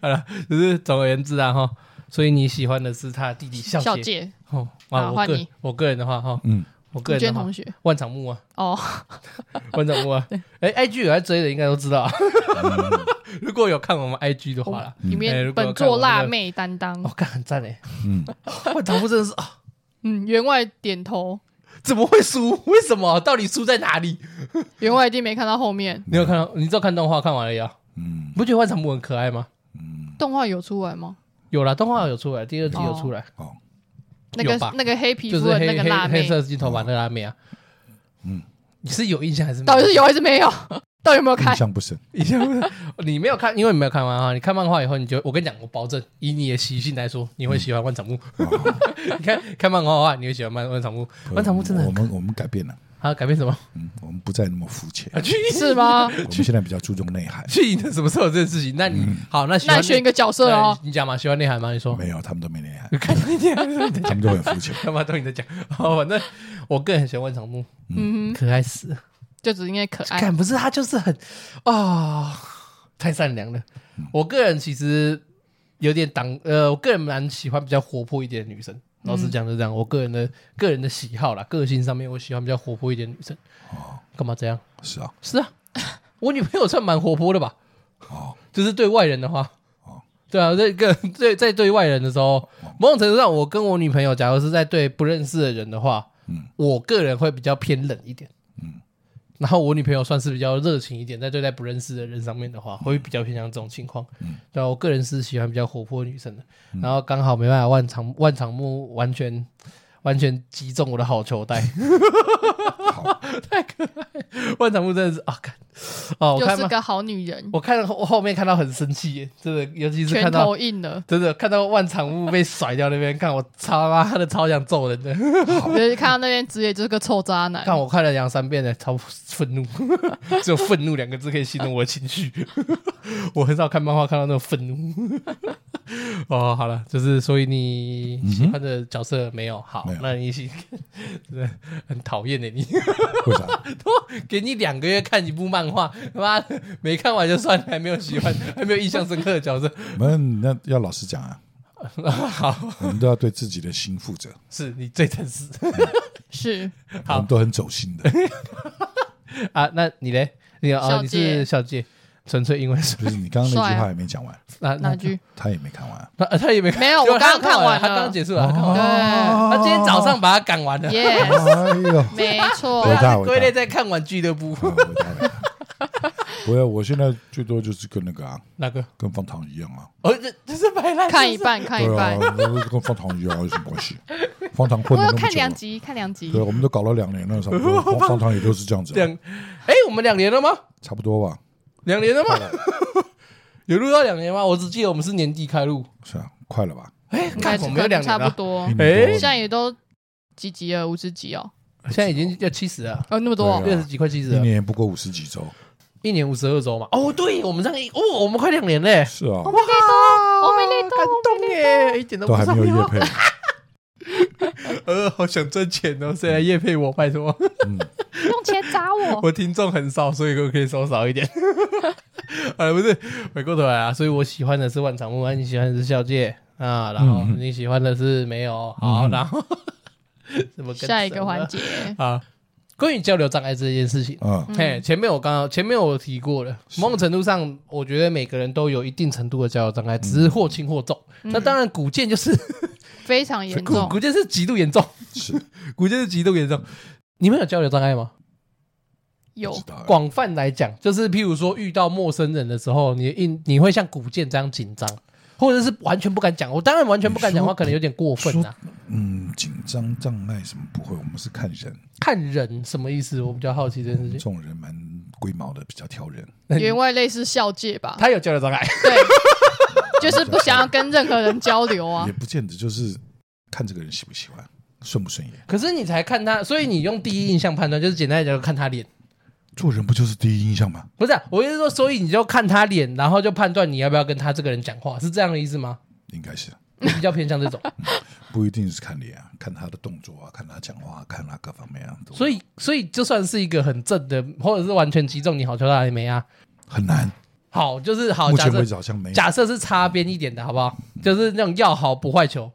S1: 好了，就是总而言之啊哈，所以你喜欢的是他弟弟孝
S2: 小
S1: 杰
S2: 姐，
S1: 哦。
S2: 好
S1: 啊，我
S2: 换
S1: 个
S2: 你
S1: 我个人的话哈，
S3: 嗯，
S1: 我个
S2: 吴
S1: 人的
S2: 娟
S1: 话
S2: 同学
S1: 万场木
S2: [laughs]
S1: 啊，
S2: 哦，
S1: 万场木啊，哎，IG 有在追的应该都知道啊， [laughs] 如果有看我们 IG 的话啦，
S2: 里
S1: 哎
S2: 面
S1: 如果
S2: 本
S1: 有看我
S2: 座
S1: 们的
S2: 辣妹担当
S1: 哦，，干很赞哎，
S3: 嗯，
S1: [laughs] 万场木真的是啊，
S2: 嗯，员外点头，
S1: 怎么会输？为什么？到底输在哪里？
S2: 员外一定没看到后面
S1: 你有看到？你知道看动画看完了呀？
S3: 嗯
S1: 你不觉得万场木很可爱吗？
S2: 动画有出来吗？
S1: 有啦，动画有出来，第二集有出来，
S3: 哦，
S2: 那
S1: 有吧
S2: 个那个黑皮
S1: 就
S2: 肤
S1: 是
S2: 的那
S1: 黑
S2: 个辣
S1: 黑黑
S2: 妹，
S1: 色金头发那个辣妹啊。嗯，你是有印象还是没
S2: 到底是有还是没有？到底有没有看
S3: 印？象不深。
S1: 印象不是？你没有看，因为你没有看漫画。你看漫画以后，你就我跟你讲，我保证，以你的习性来说，你会喜欢万场木。你看看漫画的话，你会喜欢万万场木。万场木真的
S3: 我
S1: 很
S3: 们我们改变了，
S1: 啊，改变什么？
S3: 嗯，我们不再那么肤浅，
S1: 啊去
S2: 是？吗？
S3: [laughs] 我们现在比较注重内
S1: [laughs]
S3: 涵。
S1: 去你的什么时候有这件事情？那你好，那喜
S2: 那
S1: 欢
S2: 你选一个角色
S1: 对
S2: 哦，
S1: 你讲嘛，喜欢内涵吗？你说
S3: 没有，他们都没内涵，
S1: 哦 [laughs] 看你讲，
S3: 他们都
S1: [laughs]
S3: 很肤浅。
S1: 干嘛都你在讲？好，反正哦我个人很喜欢万场木，
S2: 嗯哼，哎
S1: 可爱死了。
S2: 就只是因为可爱，
S1: 看不是他就是很啊、太善良了。
S2: 嗯
S1: 我个人其实有点挡，呃，我个人蛮喜欢比较活泼一点的女生。
S2: 嗯
S1: 老实讲，就这样，我个人的个人的喜好啦，个性上面我喜欢比较活泼一点的女生。哦，干嘛这样？
S3: 是啊，
S1: 是啊， [laughs] 我女朋友算蛮活泼的吧？
S3: 哦，
S1: 就是对外人的话，对啊，这个对 [laughs] 在对外人的时候，某种程度上，我跟我女朋友，假如是在对不认识的人的话，
S3: 嗯
S1: 我个人会比较偏冷一点，然后我女朋友算是比较热情一点，在对待不认识的人上面的话，会比较偏向这种情况，对啊，我个人是喜欢比较活泼的女生的，然后刚好没办法，万场万场木完全。完全击中我的好球带， [laughs]
S3: 好，
S1: 太可爱了！万场木真的是啊，看哦，我
S2: 就
S1: 看
S2: 是
S1: 漫
S2: 个好女人，
S1: 我看后后面看到很生气耶，真的，尤其是
S2: 拳
S1: 看到
S2: 头硬了，
S1: 真的看到万场物被甩掉那边，看我操妈的超想揍人的，
S2: 就是看到那边直接就是个臭渣男。
S1: 看我看了两三遍的，超愤怒， [laughs] 只有愤怒两个字可以形容我的情绪。我很少看漫画看到那种愤怒。哦，好了，就是所以你喜欢的角色没有？好
S3: 没，有
S1: 那你喜 [laughs] 真的很讨厌的你， [laughs]
S3: 为啥？
S1: 给你两个月看一部漫画，他妈的没看完就算了，还没有喜欢，还没有印象深刻的角色。
S3: 我们那要老实讲啊，
S1: [laughs] 好，
S3: 我们都要对自己的心负责，
S1: 是你最诚实 [laughs]
S2: 是
S1: 好
S3: 我们都很走心的，
S1: 啊。那你嘞？你哦，
S2: 小
S1: 你
S2: 姐
S1: 是小姐，纯粹因为 [laughs] 什
S3: 就是你刚刚那
S2: 帅
S3: 句
S2: 啊
S3: 话还没讲完，
S1: 那
S2: 哪？句？
S3: 他也没看完啊。
S1: 那他也没
S2: 没有我
S1: 他
S2: 刚刚看完
S1: 他
S2: 了
S1: 刚刚结束啊
S3: 哦
S1: 了，他看完了。 [laughs]
S2: 对
S1: 他今天早上把它赶完了。
S2: 呃，yes，
S3: 哎 [laughs] 呦，
S2: 没错
S3: 对，
S1: 他
S3: 伟大
S1: 是归类
S3: 伟
S1: 在看完俱乐部
S3: 啊我大概不要，我现在最多就是跟那个啊，
S1: 哪个？ [laughs]
S3: 跟方糖一样啊，
S1: 哦，这这是白烂，
S2: 看一半，看一
S3: 对啊
S2: 半，，
S3: 那跟方糖一样啊有什么关系？ [laughs] 方糖
S2: 我
S3: 混
S2: 有
S3: 了那么
S2: 看
S3: 久
S2: 两
S3: 了，
S2: 集，看两集
S3: 对，，我们都搞了两年了，差不
S2: [laughs]
S3: 多。方方糖也都是这样子
S1: 这
S3: 啊，
S1: 样。哎，我们两年了吗？
S3: 差不多吧？
S1: 两年了吗？ [laughs] 有录到两年吗？我只记得我们是年底开录。
S3: 是啊，快了吧？
S1: 哎，
S2: 应
S1: 看
S2: 该
S1: 我们有两年
S2: 差不
S1: 了，
S2: 多
S3: 一，年多
S1: 哎
S2: 现在也都几集了，五十集哦，
S1: 现在已经要七十了，
S2: 呃，那么多
S3: 对
S1: 六
S3: 啊
S1: 十几快七十
S3: 一
S1: 了，
S3: 年不过五十几周，
S1: 一年五十二周嘛。哦，对，我们这样一哦，我们快两年嘞。
S3: 是啊，
S1: 哇，
S2: 我没累到
S1: 感动耶，一点都
S3: 都
S1: 不
S3: 还没
S1: 上
S3: 有业
S1: 腰
S3: 配。
S1: 呃，好想赚钱哦，谁来夜配
S2: [laughs]
S1: 我？拜托，
S3: 嗯，
S2: 用哦钱砸我，
S1: [laughs] 我听众很少，所以我可以收少一点。 [laughs] 呃，不是，回过头来啊，所以我喜欢的是万场木，啊，你喜欢的是小界啊，然后
S3: 嗯
S1: 你喜欢的是没有，好，
S3: 嗯
S1: 然后 [laughs] 怎么跟
S2: 下一个环节，
S1: 啊？关于交流障碍这件事情，
S2: 嗯
S3: 啊，
S1: 嘿，前面我刚刚前面我提过了，某种程度上，我觉得每个人都有一定程度的交流障碍，只是或轻或重。
S2: 嗯
S1: 那当然，古剑就是
S2: 非常严
S1: 古
S2: 重，
S1: 古剑是极度严重， [laughs]
S3: 是
S1: 古剑是极度严重。你们有交流障碍吗？
S2: 有
S3: 不知道啊
S1: 广泛来讲，就是譬如说遇到陌生人的时候，你应你会像古剑这样紧张，或者是完全不敢讲。我当然完全不敢讲话，
S3: 你说
S1: 可能有点过分啊。
S3: 嗯，紧张障碍什么不会，我们是看人，
S1: 看人什么意思？我比较好奇这
S3: 我
S1: 件事
S3: 们这
S1: 情。
S3: 种人蛮龟毛的，比较挑人。
S2: 员外类似校界吧，
S1: 他有交流障碍， [laughs]
S2: 对，就是不想要跟任何人交流啊
S3: [laughs] 也，不见得就是看这个人喜不喜欢，顺不顺眼。
S1: 可是你才看他，所以你用第一印象判断，就是简单来讲，就看他脸。
S3: 做人不就是第一印象吗？
S1: 不是啊、我意思是说，所以你就看他脸，然后就判断你要不要跟他这个人讲话，是这样的意思吗？
S3: 应该是
S1: 我比较偏向这种，
S3: 不一定是看脸啊，看他的动作啊，看他讲话啊、看他各方面啊，都
S1: 所以所以就算是一个很正的，或者是完全击中你好球到也没啊。
S3: 很难。
S1: 好，就是好，
S3: 目
S1: 假
S3: 前
S1: 设
S3: 为止好像没有。
S1: 假设是擦边一点的好不好？就是那种要
S3: 嗯
S1: 好不坏球，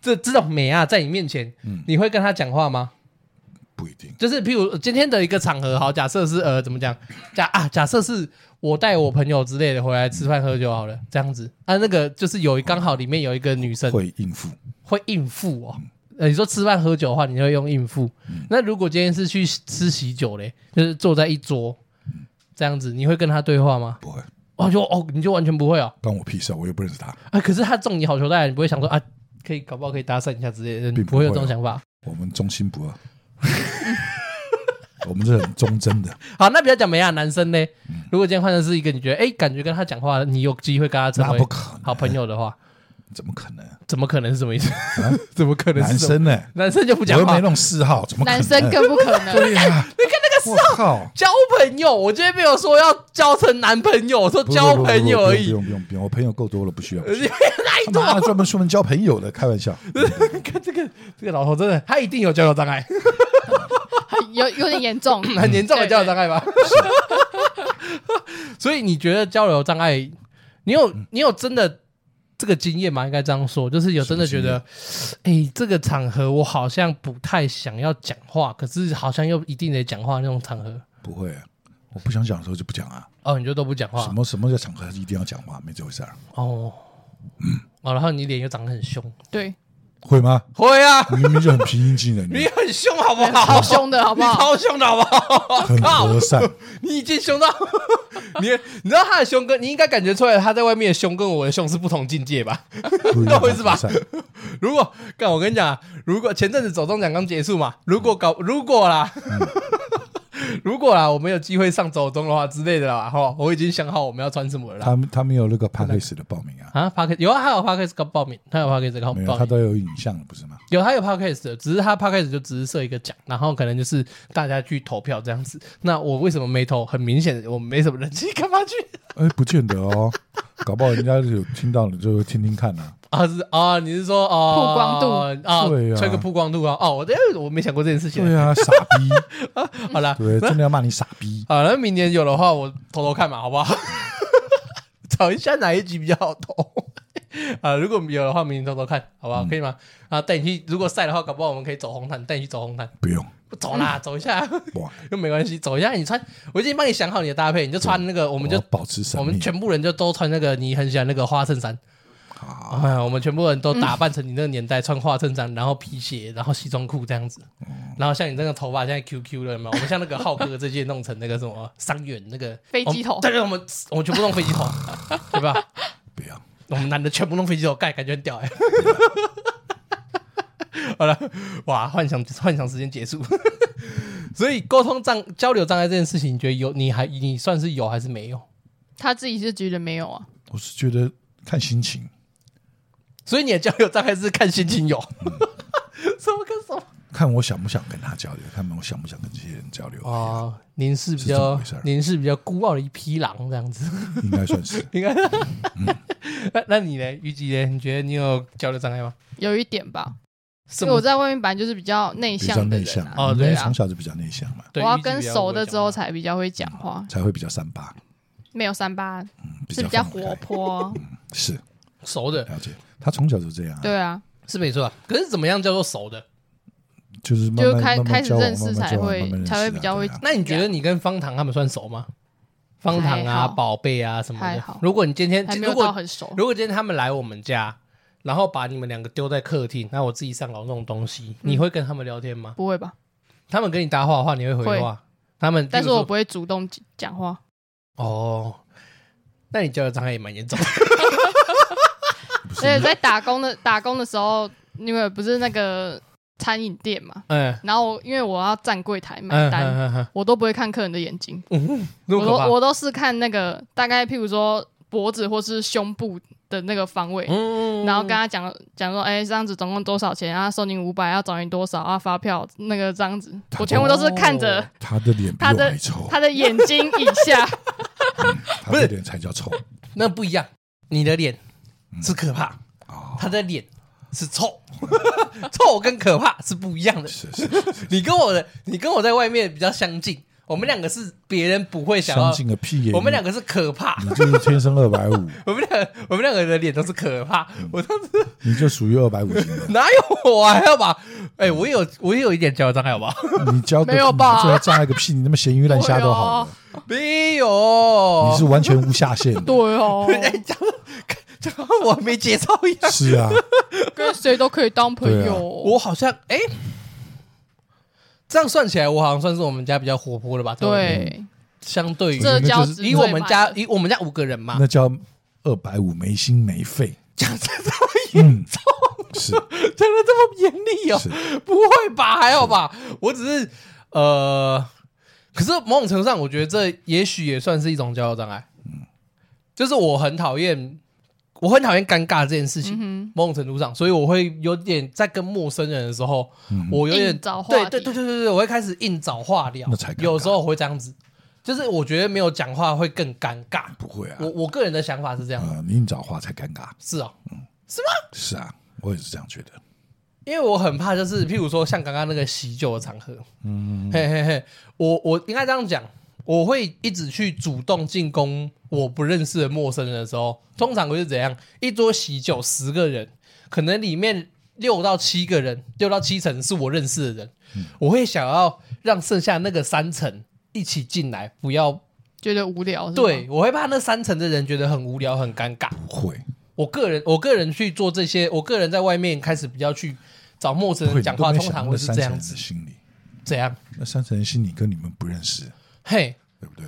S1: 这这种美啊，在你面前，你会跟他讲话吗？
S3: 不一定。
S1: 就是譬如今天的一个场合，好，假设是呃怎么讲，假啊，假设是我带我朋友之类的回来吃饭喝酒好了，这样子啊，那个就是有一刚好里面有一个女生
S3: 会应付，
S1: 会应付哦。呃，你说吃饭喝酒的话，你会用应付。
S3: 嗯
S1: 那如果今天是去吃喜酒嘞，就是坐在一桌这样子，你会跟他对话吗？
S3: 不会
S1: 哦，就哦，你就完全不会哦。
S3: 关我屁事啊，我又不认识他，
S1: 啊，可是他中你好球带，你不会想说啊，可以搞不好可以搭讪一下之类的，你
S3: 并
S1: 不
S3: 不
S1: 会
S3: 会
S1: 有这种
S3: 哦
S1: 想法。
S3: 我们忠心不二， [laughs] 我们是很忠贞的。
S1: 好，那比较讲没啊，男生呢？
S3: 嗯
S1: 如果今天换成是一个你觉得哎、感觉跟他讲话，你有机会跟他成
S3: 那
S1: 为
S3: 不可能，
S1: 好朋友的话，
S3: 怎么可能？
S1: 怎么可能是什么意思？ [laughs] 怎么可能是
S3: 啊男
S1: 什么？
S3: 生呢？
S1: 男生就不
S3: 我又
S1: 讲
S3: 没
S1: 话
S3: 那，种嗜好，怎么可能？
S2: 男生更不可能。
S3: 对呀，你看那个嗜好，
S1: 交朋友。我今天没有说要交成男朋友，我说
S3: 不
S1: 交朋友而
S3: 不
S1: 已。
S3: 用不用不用不用，我朋友够多了，不需要。不需要
S1: 太
S3: [laughs] 他
S1: 多
S3: 妈
S1: 了，
S3: 的专门出门交朋友的，开
S1: [laughs]
S3: 玩笑。
S1: 看这个这个老头真的，他一定有交友障碍，
S2: 有有点严
S1: [laughs]
S2: 重，
S1: 很严重的
S2: 对
S1: 交友障碍吧？所以你觉得交友障碍，你有你有真的这个经验吗？应该这样说，就是有真的觉得，哎，这个场合我好像不太想要讲话，可是好像又一定得讲话那种场合，
S3: 不会，啊我不想讲的时候就不讲啊。
S1: 哦，你就都不讲话
S3: 什，么什么叫场合一定要讲话，没这回事儿。
S1: 哦，哦，然后你脸又长得很凶，
S2: 对，
S3: 会吗？
S1: 会啊，
S3: 你明明就很平
S1: [laughs]
S3: 易近人，
S1: 你
S3: 你
S1: 很凶好不好？
S2: 好凶的好不
S1: 你
S2: 好？
S1: 超凶的好不好？
S3: 很和善，
S1: [laughs] 你已经 [laughs] 凶到你，你知道他的凶跟你应该感觉出来，他在外面的凶跟我的凶是不同境界吧？ [laughs]
S3: 不
S1: [laughs]
S3: 一
S1: 那
S3: 样
S1: 会是吧
S3: 和善
S1: [laughs] 如果，干我跟你讲啊，如果前阵子走中奖刚结束嘛，如果搞如果啦， [laughs] 如果啦，我们有机会上走中的话之类的啦，哈，我已经想好我们要穿什么了啦。
S3: 他们他们有那个 p a c k a s 的报名啊，
S1: 啊 p a r k 有啊，他有 p a r k a s 搞报名，他有 p a r k a s 搞
S3: 没
S1: 哦报
S3: 有，他
S1: 名，
S3: 都有影像了，不是吗？
S1: 有他有 podcast，的只是他 podcast 就只是设一个奖，然后可能就是大家去投票这样子。那我为什么没投？很明显，我没什么人气， [laughs] 干嘛去？
S3: 哎，不见得哦， [laughs] 搞不好人家有听到你就会听听看呢、
S1: [laughs] 啊是啊，你是说哦
S2: 曝光
S1: 度啊，
S3: 对啊
S1: 吹个曝光度啊？哦，我这我没想过这件事情。
S3: 对啊，傻逼，
S1: 好啦， [laughs]
S3: 对，啊真的要骂你傻逼。
S1: 好了，那明年有的话我投投看嘛，好不 [laughs] 好？找一下哪一集比较好投啊？如果有的话，明年投投看，好不
S3: 嗯
S1: 好？可以吗？啊，带你去，如果晒的话，搞不好我们可以走红毯，带你去走红毯。
S3: 不用，
S1: 不走啦，走一下
S3: 哇，
S1: [laughs] 又没关系，走一下你穿，我已经帮你想好你的搭配，你就穿那个，我
S3: 我
S1: 们就
S3: 要保持神
S1: 我们
S3: 秘。
S1: 全部人就都穿那个你很喜欢那个花衬衫。
S3: 好，
S1: 哎呀， [laughs] 我们全部人都打扮成你那个年代，穿花衬衫，然后皮鞋，然后西装裤这样子，然后像你那个头发现在 QQ 了嘛，我们像那个浩哥这些弄成那个什么伤员那个
S2: 飞机头
S1: 我们对对，我们我们全部弄飞机头，对吧？
S3: 不要，
S1: 我们男的全部弄飞机头盖，感觉很屌哎、 [laughs] 好了，哇，幻想幻想时间结束。 [laughs] 所以沟通障交流障碍这件事情，你觉得有？你还你算是有还是没有？
S2: 他自己是觉得没有啊，
S3: 我是觉得看心情，
S1: 所以你的交流障碍是看心情
S3: [laughs]
S1: 有，什么跟什么？
S3: 看我想不想跟他交流，看我想不想跟这些人交流，
S1: 哦，您是比
S3: 啊是这么
S1: 较
S3: 回事儿
S1: 您是比较孤傲的一匹狼这样子， [laughs]
S3: 应该
S2: [laughs]
S3: 算是
S1: 应该。
S3: 嗯
S1: [laughs] 那那你呢，虞姬呢？你觉得你有交流障碍吗？
S2: 有一点吧。
S1: 是
S2: 因为我在外面本来就是比较内
S3: 比较
S2: 向的人
S3: 内向
S2: 啊，
S1: 哦
S3: 因为
S2: 对啊
S3: 从，小就比较内向嘛，
S2: 我要跟熟的之后才比较会讲话，
S3: 才会比较三八，
S2: 没有三八
S3: 嗯
S2: 嗯是比较
S3: 较
S2: 活
S3: 活，
S2: 泼，
S3: 是
S1: 熟的
S3: 了解。他从小就这样啊，
S1: [laughs]
S2: 对啊，
S1: 是没错啊。可是怎么样叫做熟的？
S3: 就是慢
S2: 就
S3: 慢
S2: 开
S3: 慢
S2: 开
S3: 慢
S2: 始
S3: 交往，
S2: 认识
S3: 慢慢
S2: 才
S3: 交往
S2: 会
S3: 慢慢认识啊
S2: 才会比较会
S3: 对啊
S1: 那你觉得你跟方糖他们算熟吗？方糖
S2: 还
S1: 啊，
S2: 好
S1: 宝贝啊什么
S2: 还
S1: 的
S2: 好。
S1: 如果你今天
S2: 还没
S1: 如
S2: 有到
S1: 果
S2: 很熟。
S1: 如果今天他们来我们家，然后把你们两个丢在客厅，那我自己上楼弄东西，
S2: 嗯
S1: 你会跟他们聊天吗？
S2: 不会吧？
S1: 他们跟你搭话的话，你会回
S2: 会
S1: 话？他们，
S2: 但
S1: 譬
S2: 是
S1: 如说
S2: 我不会主动讲话，
S1: 哦，那你交流障碍也蛮严
S2: [laughs]
S1: 重的。
S3: 不
S2: 而且
S3: 是
S2: 在打工的打工的时候，因为不是那个餐饮店嘛，
S1: 嗯，
S2: 然后因为我要站柜台买
S1: 嗯
S2: 单，
S1: 嗯嗯嗯
S2: 我都不会看客人的眼睛，
S1: 那
S2: 我
S1: 么
S2: 都
S1: 可怕。
S2: 我都是看那个大概，譬如说脖子或是胸部的那个方位，
S1: 嗯
S2: 然后跟他讲讲说，哎、这样子总共多少钱啊？收您五百，要找你多少啊？发票那个这样子，我全部都是看
S1: 哦
S2: 着
S3: 他的脸比
S2: 他
S3: 我
S2: 的
S3: 还丑，
S2: 他的眼睛以
S3: [laughs]
S2: 下，
S3: 他
S1: 不是
S3: 的脸才
S2: [laughs]
S3: 叫丑
S1: 那不一样，你的脸是可怕，
S3: 啊！
S1: 他的脸是臭， [laughs] 臭跟可怕是不一样的。
S3: 是是，
S1: [laughs] 你跟我的，你跟我在外面比较相近。我们两个是别人不会想要
S3: 相，信个屁耶！
S1: 我们两个是可怕，
S3: 你就是天生二
S2: [laughs]
S3: 百五，
S1: [laughs] 我们两我们两个人的脸都是可怕。
S3: 嗯
S1: 我当时
S3: 你就属于二百五型的。
S1: 哪有我还要把？哎、我也有我也有一点交友障碍，
S3: [laughs]
S1: 好不好？
S3: 你教个
S2: 没有吧
S3: 你最后障碍个屁！你那么咸鱼烂虾都好了，
S1: 没有，
S3: 你是完全无下限
S2: [laughs]
S3: 的。
S2: [laughs] 对
S3: [laughs]
S2: 哦，
S1: 哎，讲讲我没节操一样。
S3: 是啊，
S2: 跟谁都可以当朋
S3: 对
S2: 友。
S3: 啊
S1: 我好像哎、这样算起来，我好像算是我们家比较活泼的吧？对不
S3: 啊
S1: 对，
S2: 对，
S1: 相对于
S2: 这
S3: 那
S2: 交
S3: 就是
S2: 值
S1: 以我们家以我们家五个人嘛
S3: 那，叫二百五没心没肺。
S1: 讲的这么严，
S2: [laughs]
S3: 嗯，是
S1: 讲的这么严厉哦、
S3: 是，
S1: 不会吧？还好吧？我只是呃，可是某种程度上，我觉得这也许也算是一种交友障碍。啊就是我很讨厌，我很讨厌尴尬这件事情。
S2: 嗯
S1: 某种程度上，所以我会有点在跟陌生人的时候，
S3: 嗯
S1: 我有点
S2: 硬找话
S1: 对
S2: 题
S1: 对对对对对，我会开始硬找话聊
S3: 那才尴，尬
S1: 有时候我会这样子，就是我觉得没有讲话会更尴尬。
S3: 不会啊
S1: 我。我个人的想法是这样，
S3: 啊，你找话才尴尬。
S1: 是啊，
S3: 是啊，我也是这样觉得。
S1: 因为我很怕就是譬如说像刚刚那个喜酒的场合，嗯，嘿嘿嘿，我我应该这样讲，我会一直去主动进攻我不认识的陌生人的时候，通常会是怎样？一桌喜酒十个人，可能里面六到七个人，六到七成是我认识的人，我会想要让剩下那个三成一起进来，不要
S2: 觉得无聊。是吗
S1: 对，我会怕那三成的人觉得很无聊、很尴尬。
S3: 不会，
S1: 我个人，我个人去做这些，我个人在外面开始比较去找陌生
S3: 不
S1: 人
S3: 会，你
S1: 呃讲
S3: 都
S1: 话，
S3: 没
S1: 通
S3: 想到
S1: 常
S3: 那
S1: 会是
S3: 三
S1: 这
S3: 层
S1: 样
S3: 人
S1: 子
S3: 的，心理，
S1: 这样，
S3: 那三层人心理跟你们不认识，
S1: 嘿，
S3: 对不对？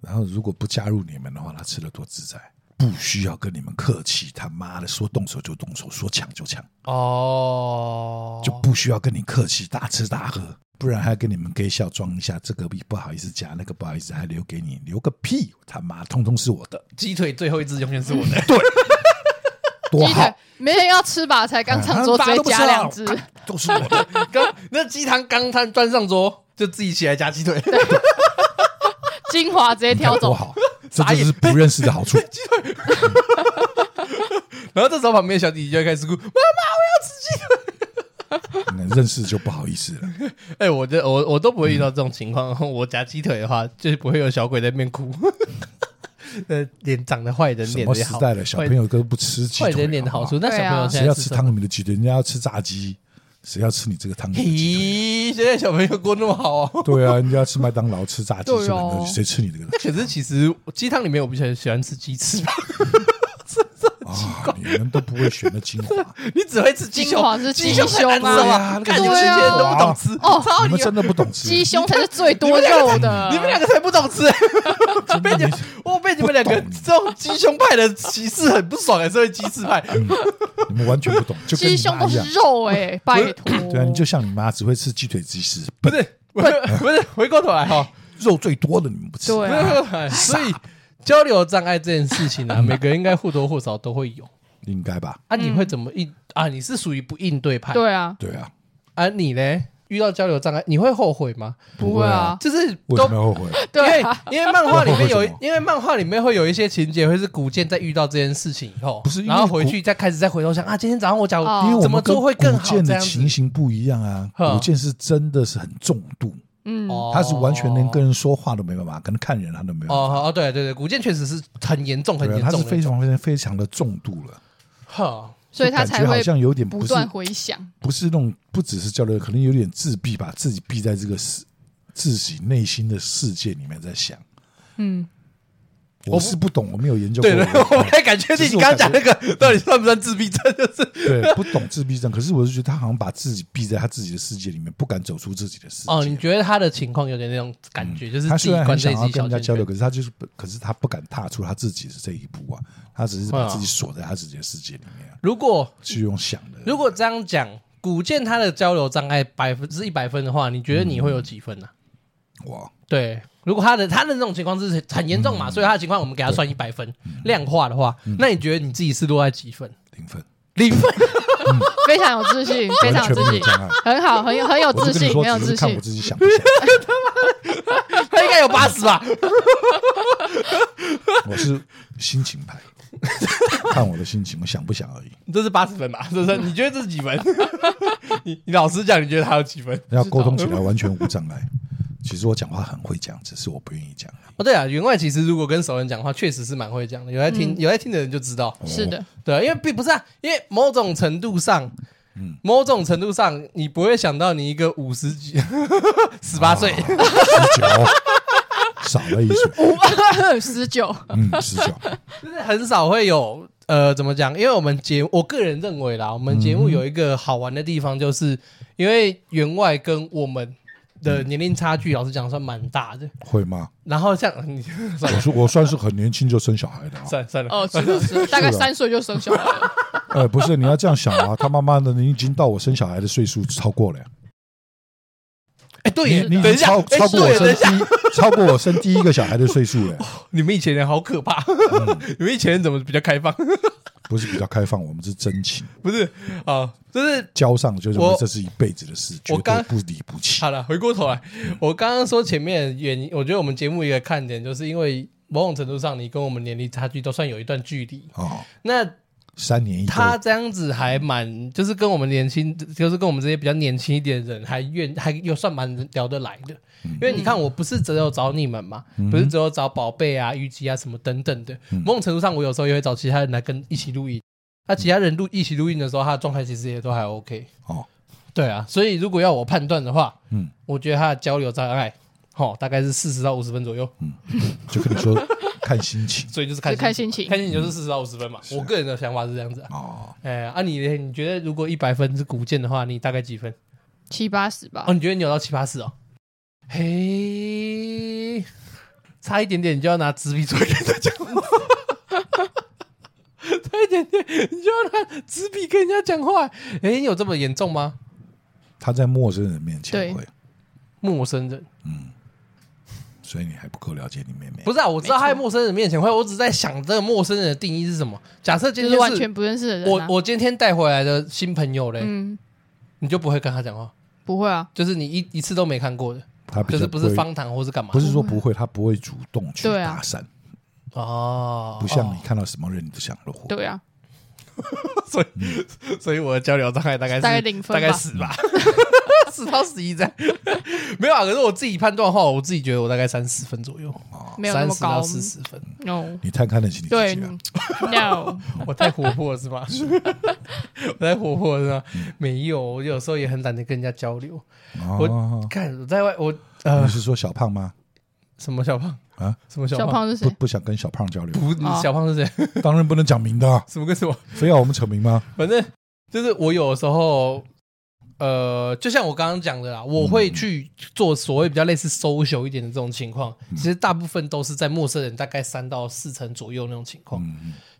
S3: 然后如果不加入你们的话，他吃的多自在，不需要跟你们客气，他妈的说动手就动手，说抢就抢，
S1: 哦，
S3: 就不需要跟你客气，大吃大喝，不然还跟你们给笑装一下，这个不好意思加，那个不好意思还留给你，留个屁，他妈通通是我的，
S1: 鸡腿最后一只永远是我的， [laughs]
S3: 多
S2: 鸡
S3: 好
S2: 腿，没人要吃吧？才刚
S3: [laughs]
S2: 上桌
S3: 啊
S2: 直
S3: 大家
S2: 接
S3: 都不知
S2: 加
S3: 道
S2: 两只，
S3: 干都是我的，
S1: 刚那鸡汤刚摊端上桌，就自己起来夹鸡腿，鸡
S2: 精华直接挑
S3: 多
S2: 走。
S3: 好，这就是不认识的好处。
S1: 腿。 [laughs] 然后这时候旁边的小弟弟就会开始哭，妈妈，我要吃鸡腿。
S3: 嗯认识就不好意思了，
S1: 哎、我这我我都不会遇到这种情况， [laughs] 我夹鸡腿的话，就是不会有小鬼在那边哭。 [laughs] 呃，脸长得坏人
S3: 什
S1: 脸
S3: 么
S1: 的
S3: 时
S1: 好，
S3: 代了，小
S1: 坏
S3: 朋友都不吃鸡
S1: 坏
S3: 腿，
S1: 人脸的好处，
S3: 不
S1: 那小朋友
S3: 谁
S1: 现在
S3: 要
S1: 是
S3: 吃
S1: 什
S3: 汤
S1: 么？
S3: 里面的鸡腿？人家要吃炸鸡，谁要吃你这个汤里面的鸡腿？
S1: 咦，现在小朋友过那么好哦。
S3: 对啊，人家要吃麦当劳吃炸鸡，
S2: 对哦
S3: 吃肯德基谁吃你这个
S1: [laughs] 那可是其实鸡汤里面我比较喜欢吃鸡翅吧， [laughs]
S3: 啊？你们都不会选的精华，
S1: 你只会吃鸡
S2: 精华
S1: 胸，
S2: 是
S1: 鸡
S2: 鸡
S1: 胸很难
S2: 胸啊
S1: 吃
S2: 对
S1: 啊！看
S3: 啊
S1: 你们
S2: 那个
S1: 这些
S2: 鸡胸
S1: 人都不
S3: 啊
S1: 懂吃，
S2: 哦
S1: 操
S3: 你
S1: 你
S3: 们
S1: 妈！
S3: 真的不懂
S2: 鸡
S3: 吃，
S2: 胸才是最多肉的。
S1: 你们两个才不懂
S2: [laughs]
S1: 吃，被你们我被你们两个
S3: 不懂
S1: 这种鸡胸派的歧视很不爽，所以鸡翅派。
S2: 嗯
S3: 你们完全不懂，就跟
S2: 鸡
S3: 你
S2: 胸
S3: 妈
S2: 都
S3: 一
S2: 是
S3: 样。
S2: 肉
S3: [laughs]
S2: 哎，拜托。
S3: 对啊，你就像你妈，只会吃鸡腿鸡翅，
S1: 不是，不是，不是，回过头来哈，
S3: 肉最多的你们不吃。
S2: 对
S1: 回
S2: 啊
S1: 过头来，所以交流障碍这件事情
S2: [laughs]
S1: 啊，每个人应该或多或少都会有
S3: 应该吧？
S2: 嗯
S1: 啊。你会怎么应啊？你是属于不应对派，
S2: 对啊，
S3: 对啊，
S1: 啊，你呢？遇到交流障碍，你会后悔吗？
S2: 不会啊，
S1: 就是
S3: 为
S1: 都
S3: 什么要后悔？
S1: 因为
S2: 对啊，
S1: 因为漫画里面有
S3: [laughs] 为什么，
S1: 因为漫画里面会有一些情节，会是古剑在遇到这件事情以后，
S3: 不是因为
S1: 然后回去再开始再回头想啊，今天早上我讲
S2: 哦
S3: 因为我
S1: 怎么
S3: 们跟
S1: 做
S3: 古
S1: 会更好
S3: 剑
S1: 这
S3: 的
S1: 样子
S3: 情，形不一样啊，
S1: 哼
S3: 古剑是真的是很重度，
S2: 嗯，
S1: 哦
S3: 他是完全连跟人说话都没办法，可能看人他都没办法。
S1: 哦哦对对对，古剑确实是很严重很
S3: 啊对啊，
S1: 严
S3: 他是
S1: 重
S3: 非
S1: 的，
S3: 常非常非常的重度了，
S1: 哈，
S2: 所以他
S3: 感
S2: 才
S3: 觉好
S2: 会
S3: 像有点不
S2: 不
S3: 是
S2: 断回想。
S3: 不是那种不只是交流，可能有点自闭吧，自己闭在这个世自己内心的世界里面在想。
S2: 嗯，
S1: 我
S3: 我是不懂，我没有研究过。
S1: 对对， [laughs] 我不太敢确定
S3: 就是
S1: 你
S3: 我
S1: 刚刚讲那
S3: 感
S1: 个到底算不算自闭症，
S3: [laughs]
S1: 就是
S3: 对不懂自闭症，可是我就觉得他好像把自己闭在他自己的世界里面，不敢走出自己的世界。
S1: 哦，你觉得他的情况有点那种感觉，就是
S3: 他
S1: 自
S3: 虽
S1: 己
S3: 然
S1: 关
S3: 很
S1: 在
S3: 想
S1: 自
S3: 要
S1: 己小
S3: 跟人家
S1: 圈
S3: 交流，
S1: 圈，
S3: 可是他就是不，可是他不敢踏出他自己的这一步啊，他只是把自己锁在他自己的世界里面啊，
S1: 如果
S3: 去用想的。
S1: 如果这样讲，古剑他的交流障碍百分之一百分的话，你觉得你会有几分啊呢、
S3: 哇，
S1: 对，如果他的他的那种情况是很严重嘛，所以他的情况我们给他算一百分，量化的话，那你觉得你自己是落在几分？
S3: 零分，
S1: 零分，
S2: 非常有自信，非常有
S3: 完全
S2: 自
S3: 没有
S2: 信，
S3: 障碍。
S2: 很好，很有很有
S3: 我
S2: 自
S3: 就跟
S2: 信，
S3: 你说
S2: 很，有
S3: 只
S2: 自
S3: 是看我
S2: 信。
S3: 自己想不想。
S1: 他应该有八十吧？
S3: 我是心情
S1: [laughs]
S3: 派，看我的心情，我想不想而已。
S1: [laughs] 这是八十分吧？这是你觉得这是 [laughs] 几分？你你老实讲，你觉得他有几分？
S3: 要沟通起来完全无障碍，其实我讲话很会讲，只是我不愿意讲。
S1: 哦，对啊，员外其实如果跟熟人讲话，确实是蛮会讲的。有在听、有在听的人就知道，
S2: 是的，
S1: 对啊，因为并不是啊，因为某种程度上，嗯，某种程度上，你不会想到你一个五十几、十八岁，
S3: 十九，少了一岁，
S2: 十
S3: [laughs]
S2: 九，
S3: 嗯，十九，
S1: 就是很少会有呃，怎么讲？因为我们节，我个人认为啦，我们节目有一个好玩的地方，就是、因为员外跟我们的年龄差距，老实讲算蛮大的。
S3: 会吗？
S1: 然后像你 [laughs] 算
S3: 我
S1: 了
S3: 是我算是很年轻就生小孩的啊。
S1: 算了算了，
S2: 哦，是的，是的，大概
S3: 是啊
S2: 三岁就生小孩了。
S3: 呃，不是，你要这样想啊，他妈妈的，你已经到我生小孩的岁数超过了呀，
S1: 哎，对
S3: 你
S1: 耶，
S3: 你已
S1: 等
S3: 经
S1: 一下，
S3: 超
S1: 哎
S3: 超过我
S1: 对等
S3: 生
S1: 一下，
S3: 第一，超过我生第一个小孩的岁数了呀，
S1: [laughs] 你们以前人好可 [laughs] 怕，你们以前人怎么比较开放？
S3: 不是比较开放，我们是真情
S1: 不是啊，就是
S3: 交上，就是
S1: 我
S3: 这是一辈子的事，绝
S1: 我刚
S3: 对不离不弃。
S1: 好了，回过头来，我刚刚说前面的原因，我觉得我们节目一个看点，就是因为某种程度上，你跟我们年龄差距都算有一段距离。
S3: 哦，
S1: 那
S3: 三年一周，
S1: 他这样子还蛮，就是跟我们年轻，就是跟我们这些比较年轻一点的人，还愿还又算蛮聊得来的。因为你看，我不是只有找你们嘛，不是只有找宝贝啊、虞姬啊什么等等的。某种程度上，我有时候也会找其他人来跟一起录音。那其他人录一起录音的时候，他的状态其实也都还 OK。
S3: 哦，
S1: 对啊，所以如果要我判断的话，
S3: 嗯，
S1: 我觉得他的交流障碍，哦，大概是四十到五十分左右，
S3: 就跟你说看心情
S1: 所以就是看
S2: 就看心情
S1: 看心情就是四十到五十分嘛。我个人的想法是这样子啊。
S3: 哦，
S1: 哎，啊你，你觉得如果一百分是古剑的话，你大概几分？
S2: 七八十吧
S1: 哦，，你觉得你有到七八四哦？嘿，差一点点你就要拿纸笔出来跟他讲话， [laughs] 差一点点你就要拿纸笔跟人家讲话。哎，你有这么严重吗？
S3: 他在陌生人面前
S2: 对
S3: 会，
S1: 陌生人
S3: 所以你还不够了解你妹妹
S1: 不。是啊，我知道他在陌生人面前会，我只在想这个陌生人的定义是什么。假设今
S2: 就
S1: 天
S2: 是完全不认识的人
S1: 我
S2: 啊。
S1: 我今天带回来的新朋友嘞，
S2: 嗯，
S1: 你就不会跟他讲话，
S2: 不会啊，
S1: 就是你一一次都没看过的，
S3: 他比
S1: 就
S3: 较
S1: 是不是
S3: 会
S1: 方谈或是干嘛？
S3: 不是说不会，他不会主动去
S2: 对啊
S3: 搭讪，
S1: 哦，
S3: 不像你看到什么人你都想落火。
S2: 对啊，
S1: [laughs] 所
S3: 嗯
S1: 以所以我的交流障碍大概是
S2: 大概零
S1: 大
S2: 分吧
S1: 概十 [laughs] 吧，十到十一这样。没有啊，可是我自己判断的话，我自己觉得我大概三十分左右，
S3: 哦
S2: 没有那
S1: 三
S2: 么
S1: 十
S2: 高
S1: 到。四十分，
S2: No，
S3: 你太看得起你自
S2: 对
S3: 己啊了， [laughs]
S2: ，No，
S1: 我太活泼了是 [laughs] 吗？我太活泼了是
S3: 嗯
S1: 吗？没有，我有时候也很懒得跟人家交流。
S3: 哦，
S1: 看我在外，我呃
S3: 你是说小胖吗？
S1: 什么小胖
S3: 啊？
S1: 什么小
S2: 小
S1: 胖？
S2: 胖是
S3: 不
S2: 谁？
S3: 不想跟小胖交流，
S1: 不，你
S2: 哦
S1: 小胖是谁？ [laughs]
S3: 当然不能讲明的啊，
S1: 什么跟什么？
S3: 非要我们扯明吗？
S1: 反正就是我有时候，呃，就像我刚刚讲的啦，我
S3: 嗯
S1: 会去做所谓比较类似 social 一点的这种情况，
S3: 嗯
S1: 其实大部分都是在陌生人大概三到四成左右那种情况。啊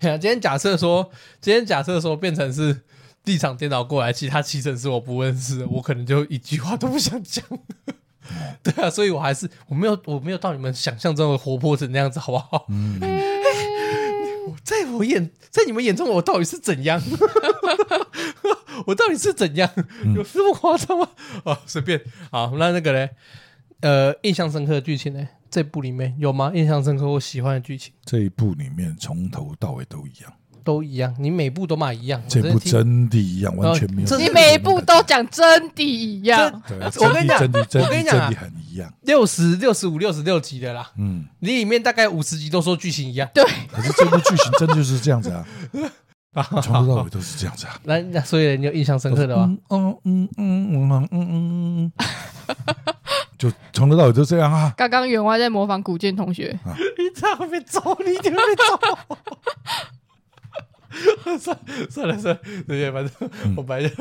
S3: 嗯，
S1: 今天假设说，今天假设说变成是。立场颠倒过来，其他七成是我不认识的，我可能就一句话都不想讲。
S3: 哦
S1: [laughs] 对啊，所以我还是我没有我没有到你们想象中的活泼成那样子，好不好？
S3: 嗯
S1: 我 [laughs] 在我眼在你们眼中我到底是怎样？ [laughs] 我到底是怎样？
S3: 嗯
S1: 有这么夸张吗？ [laughs] 啊，随便。好，那那个嘞，呃，印象深刻的剧情呢？这部里面有吗？印象深刻或喜欢的剧情
S3: 这一部里面从头到尾都一样，
S1: 都一样，你每部都骂一样。我
S3: 这
S1: 的
S3: 部
S1: 听
S3: 真的一样，完全没有
S1: 这
S3: 任
S1: 是
S3: 何的感觉。
S2: 你每一步都讲真的一样，
S3: 对，
S1: 我跟你讲
S3: 真的真
S1: 我跟
S3: 的
S1: 你讲
S3: 真
S1: 啊
S3: 的很一样，
S1: 六十六十五六十六集的啦，
S3: 嗯，
S1: 你里面大概五十集都说剧情一样。
S2: 对，
S3: 可是这部剧情真的就是这样子啊，从头到尾都是这样子啊。
S1: 那那所以你有印象深刻的吗？
S3: 嗯嗯嗯嗯嗯嗯嗯嗯，就从头到尾都这样啊。
S2: 刚刚员外在模仿古剑同学，
S1: 你这样会被揍，你一定会被揍。 [laughs] 算算了算了，这些反正我本来就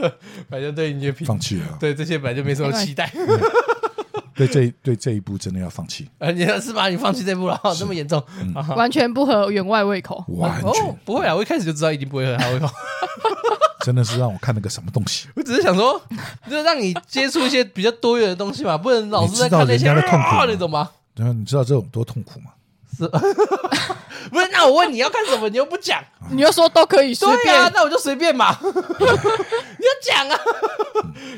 S1: 本来就对你的评
S3: 嗯放弃了啊，
S1: 对这些本来就没什么期待。
S3: 对这对这一部真的要放弃，
S1: 啊，你是把你放弃这步了，哦这么严重？啊
S2: 完全不合员外胃口。
S3: 完
S1: 哦
S3: 全，
S1: 不会啊，我一开始就知道一定不会很好用。 [laughs]
S3: 真的是让我看那个什么东西，
S1: 我只是想说，就是让你接触一些比较多元的东西嘛，不能老是在看那
S3: 你知
S1: 些
S3: 道人家的痛苦吗
S1: 啊那种吗？
S3: 然后你知道这种多痛苦吗？
S1: 不是，那我问你要看什么，你又不讲。
S3: 啊
S2: 你又说都可以随
S1: 对啊
S2: 便，，
S1: 那我就随便嘛。 [laughs] 你要讲啊，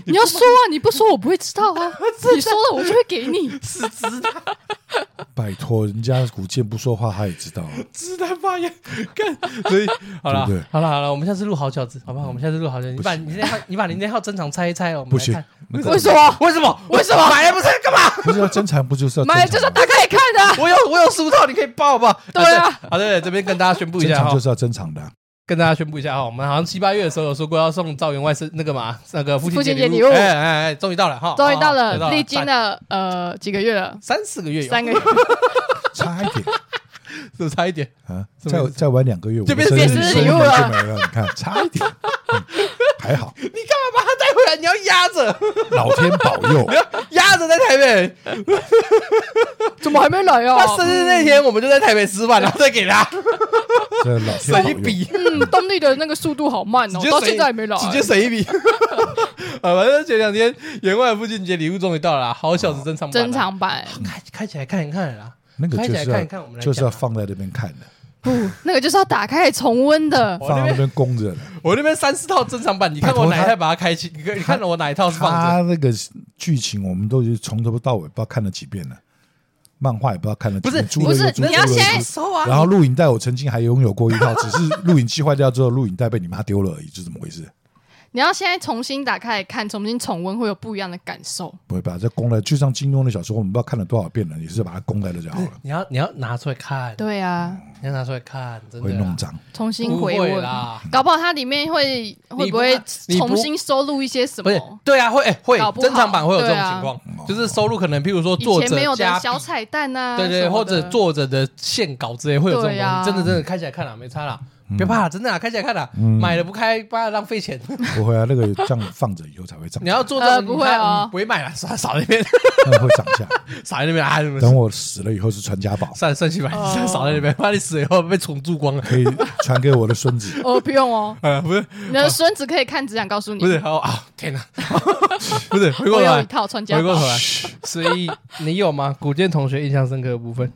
S2: 你要说啊，你不说我不会知道啊，你说了我就会给你。
S1: 是直男
S3: 拜托，人家古剑不说话，他也
S1: [laughs]
S3: 知道啊。
S1: 直男发言，
S3: [laughs]
S1: 看，所以 [laughs] 好了
S3: 对不对，
S1: 好了，好了，我们下次录好饺子，好不好？我们下次录好饺子，你把你那套，你把你那套珍藏拆一拆哦，我们
S3: 不
S1: 来
S3: 行
S1: 看，，
S2: 为什么？
S4: 为什么？
S2: 为什么
S4: 买了不是干嘛？
S3: 不是要珍藏，不就是要
S2: 买了
S3: 珍
S2: 就是
S3: 藏
S2: 要
S3: 吗？
S2: 打开看的
S1: [laughs]
S2: 啊，
S4: 我有我有十五套，你可以报吧？
S2: [laughs] 对啊，
S1: 啊，对，这边跟大家宣布一
S3: 珍
S1: 下
S3: 藏
S1: 哈
S3: 就，是要珍藏的啊。
S1: 跟大家宣布一下哈，我们好像七八月的时候有说过要送赵员外是
S2: [laughs]
S1: 那个嘛，那个父亲
S2: 父亲节
S1: 礼
S2: 礼物
S1: 哎哎哎，终于到了哈，
S2: 终于到
S1: 哦
S2: 了，历经
S1: 赞
S2: 了呃几个月了，
S1: 三四个月有，
S2: 三个月，
S3: 差一点
S1: 是不是差一点？ [laughs]
S3: 啊，
S1: 什么意
S3: 再
S1: 思
S3: 再晚两个月，我
S1: 就
S3: 的
S1: 变
S3: 生
S1: 变
S3: 日
S1: 生日
S3: 生
S2: 礼
S3: 日
S2: 物
S3: 门
S2: 了
S3: 就没了，你看差一点，嗯还好，
S1: 你干嘛把他带回来？你要压着， [laughs]
S3: 老天保佑，
S1: 压着在台北。
S2: 怎么还没来啊？
S1: 他生日那天，我们就在台北吃饭，然后再给他省
S3: 这老天保
S1: 一
S3: 佑。
S1: 笔，
S2: 嗯，动力的那个速度好慢
S1: 直
S2: 哦
S1: 接，
S2: 到
S1: 省一
S2: 现在还没来。
S1: 直接省一笔。 [laughs] 呃，反正前两天员外父亲节礼物终于到了啦，好小子珍藏版啦
S2: 珍，藏版
S1: 开开起来看一看啦。
S3: 嗯那个
S1: 开
S3: 就
S1: 起来
S3: 是
S1: 看一看我们
S3: 要
S1: 来
S3: 就是
S1: 讲
S3: 要
S1: 啊
S3: 放在那边看的，
S2: 不，那个就是要打开来重温的。
S1: 我
S3: 放
S1: 那
S3: 在
S1: 边
S3: 那边供着的。
S1: 我哦那边三四套珍藏版，你看我哪
S3: 拜托
S1: 一
S3: 他
S1: 套把它开启？你看你看了我哪一套是放着？
S3: 他那个剧情我们都是从头到尾不知道看了几遍了，漫画也不知道看了几遍，
S1: 不是
S3: 租了
S2: 不是
S3: 又租
S2: 你要
S3: 租了又
S2: 先
S3: 租
S1: 收啊
S3: 然后录影带我曾经还拥有过一套，只是录影机坏掉之后，录影带被你妈丢了而已，就这么回事。
S2: 你要现在重新打开来看，重新重温，会有不一样的感受。
S3: 不会把这供了，就像金庸的小说，我们不知道看了多少遍了，也是把它供在那就好了，
S1: 你要你要拿出来看，
S2: 对啊，
S1: 你要拿出来看，真的
S3: 会弄
S1: 啦。
S3: 脏。
S2: 重新回
S1: 不会
S2: 温
S1: 啦，
S2: 搞不好它里面会会不
S1: 你
S2: 会
S1: 不你不
S2: 重新收录一些什
S1: 不是
S2: 么？
S1: 对啊，会哎会
S2: 搞不好
S1: 正常版会有这种
S2: 对啊
S1: 情况，
S3: 哦
S1: 就是收入可能譬如说
S2: 以
S1: 作
S2: 前没
S1: 者
S2: 有
S1: 加
S2: 的
S1: 笔
S2: 小彩蛋啊，
S1: 对
S2: 什
S1: 对，
S2: 么
S1: 或
S2: 的
S1: 者作者的线稿之类会有这种东
S2: 对
S1: 西，
S2: 啊
S1: 真的真的开起来看了没差啦，
S3: 嗯
S1: 别怕啦，真的啊啦，开起来看啦，买了不开，不然浪费钱。 [laughs]
S3: 不会啊，那个这样放着以后才会涨
S1: 你，要做
S2: 呃
S1: 这种
S2: 不会哦
S1: 你不会买了，少少那边， [laughs]
S3: 那会涨价。
S1: 少在那边啊，什么
S3: 等我死了以后是传家宝，
S1: 算算去买，
S2: 哦
S1: 少在那边，怕你死了以后被虫蛀光了。
S3: 可以传给我的孙子。
S2: 哦，不用
S1: [laughs]
S2: 哦，
S1: 呃，不是
S2: 你的孙子可以看，只想告诉你，
S1: 不是，还有啊，天哪，不是回过
S2: 我
S1: 头
S2: 有
S1: 来
S2: 一，套穿家
S1: 回过
S2: 宝，
S1: 头来，所以你有吗？古建同学印象深刻的部分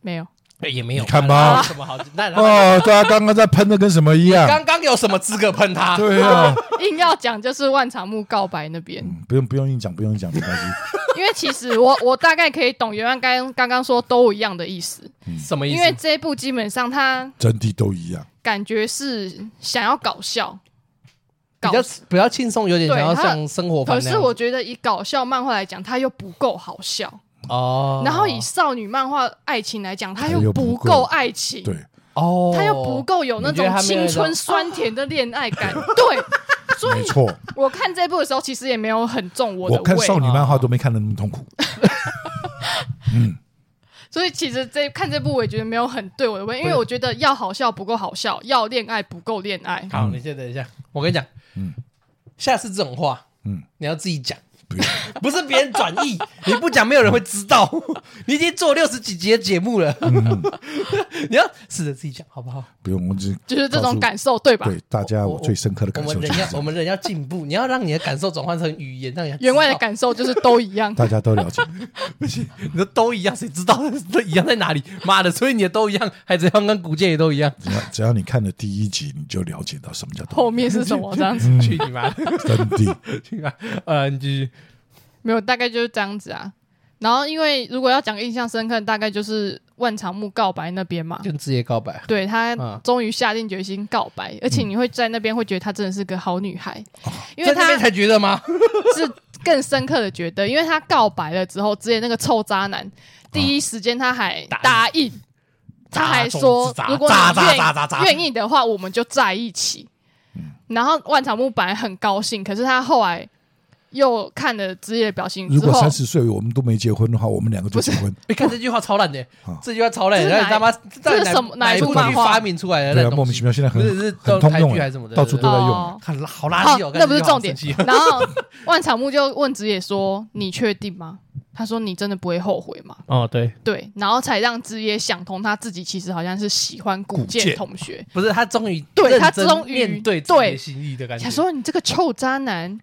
S2: 没有，
S1: 哎也没有，
S3: 你看吧
S1: 有什么好？那那
S3: 哦，大家刚刚在喷的跟什么一样？
S1: 刚刚有什么资格喷他？
S3: 对啊，
S2: 硬要讲就是万场木告白那边，
S3: 嗯不用不用硬讲，不用硬讲，没关系。
S2: 因为其实我我大概可以懂原来刚刚刚说都一样的意思，
S1: 什么意
S2: 因为
S1: 思？
S2: 这一部基本上它
S3: 整体都一样。
S2: 感觉是想要搞笑，
S1: 比
S2: 搞
S1: 较比较轻松，有点
S2: 对
S1: 想要
S2: 他
S1: 像生活番
S2: 可
S1: 那样。
S2: 是我觉得以搞笑漫画来讲，它又不够好笑。
S1: 哦，
S2: 然后以少女漫画爱情来讲，它
S3: 它又
S2: 不
S3: 不
S2: 够
S3: 够
S2: 爱情，
S3: 对，
S1: 哦，
S2: 它又不够有那
S1: 你觉得
S2: 种
S1: 它没有
S2: 青
S1: 那种啊
S2: 春酸甜的恋爱感。 [laughs] 对，所
S3: 没
S2: 以
S3: 错。
S2: 我看这部的时候，其实也没有很重我
S3: 我
S2: 的
S3: 看少
S2: 胃，
S3: 女漫画都没看得那么痛苦，
S2: 所以其实这看这部我也觉得没有很对我的胃，因为我觉得要好笑不够好笑，要恋爱不够恋爱。
S1: 好，你先等一下，我跟你讲，
S3: 嗯
S1: 下次这种话，
S3: 嗯
S1: 你要自己讲，
S3: 不用
S1: [laughs] 不是别人转译，你不讲没有人会知道。 [laughs] 你已经做六十几集的节目了，
S3: 嗯
S1: [laughs] 你要试着自己讲好不好？
S3: 不用，我只
S2: 就是这
S3: 告
S2: 种
S3: 诉
S2: 感受，对吧？
S3: 对大家我最深刻的
S1: 啊我们
S3: 感受就
S1: 人
S3: 是这
S1: 要我
S3: 样，
S1: 们人要进步，你要让你的感受转换成语言，让
S3: [laughs]
S1: 人家
S2: 员外的
S1: 知道
S2: 感受就是都一样，
S3: 大家都了解。
S1: 你说都一样，谁知道都一样在哪里？ [laughs] 妈的，所以你的都一样，海贼王跟古剑也都一样。
S3: 只要只要你看了第一集，你就了解到什么叫
S2: [laughs]
S1: [laughs]
S2: 后面是什么这
S3: [laughs]
S2: 样子？
S3: 嗯
S1: 去你妈的！
S3: 真谛。
S1: 去你妈！呃，你继续。
S2: 没有，大概就是这样子啊。然后，因为如果要讲印象深刻，大概就是万长木告白那边嘛。
S1: 跟职业告白，
S2: 对
S1: 嗯
S2: 她终于下定决心告白，而且你会在那边会觉得她真的是个好女孩，因为
S1: 哦在那
S2: 她
S1: 边才觉得吗？
S2: 是更深刻的觉得，因为她告白了之后，之前那个臭渣男第一时间他还
S1: 答应
S2: 答应，他还说
S1: 渣
S2: 如果
S1: 渣
S2: 你
S1: 渣渣渣渣嗯
S2: 愿愿意的话，我们就在一起。然后万长木本来很高兴，可是他后来又看了之夜的表情之
S3: 如果
S2: 后
S3: 三，十岁我们都没结婚的话，我们两个就结婚。
S1: 你哎看这句话超烂的
S3: 啊，
S1: 这句话超烂的，
S2: 这是
S1: 然后你他妈
S2: 这
S1: 在
S2: 是什么哪
S1: 哪
S2: 一
S1: 一
S2: 部
S1: 部
S2: 漫
S1: 剧
S2: 画
S1: 发明出来的？
S3: 对
S1: 那东
S3: 啊，
S1: 西
S3: 莫名其妙，现在很
S1: 不是是
S3: 很通
S1: 台
S3: 用啊
S1: 剧还是什么的
S3: 到处都在用。
S2: 哦
S1: 看好
S3: 啊
S1: 垃圾哦，
S2: 好那不是重点
S1: 看
S3: [laughs]
S1: 这句话好生气
S2: 然后万场木就问子野说：“你确定吗？”他说：“你真的不会后悔吗
S1: [laughs] 哦，对，？”
S2: 对，然后才让子野想通，他自己其实好像是喜欢古
S3: 古
S2: 剑
S3: 剑
S2: 同
S3: [laughs]
S2: 学。
S1: 不是他终于
S2: 对
S1: 认真
S2: 他终于
S1: 面对自己
S2: 对
S1: 的心意的感觉
S2: 他。说：“你这个臭渣男，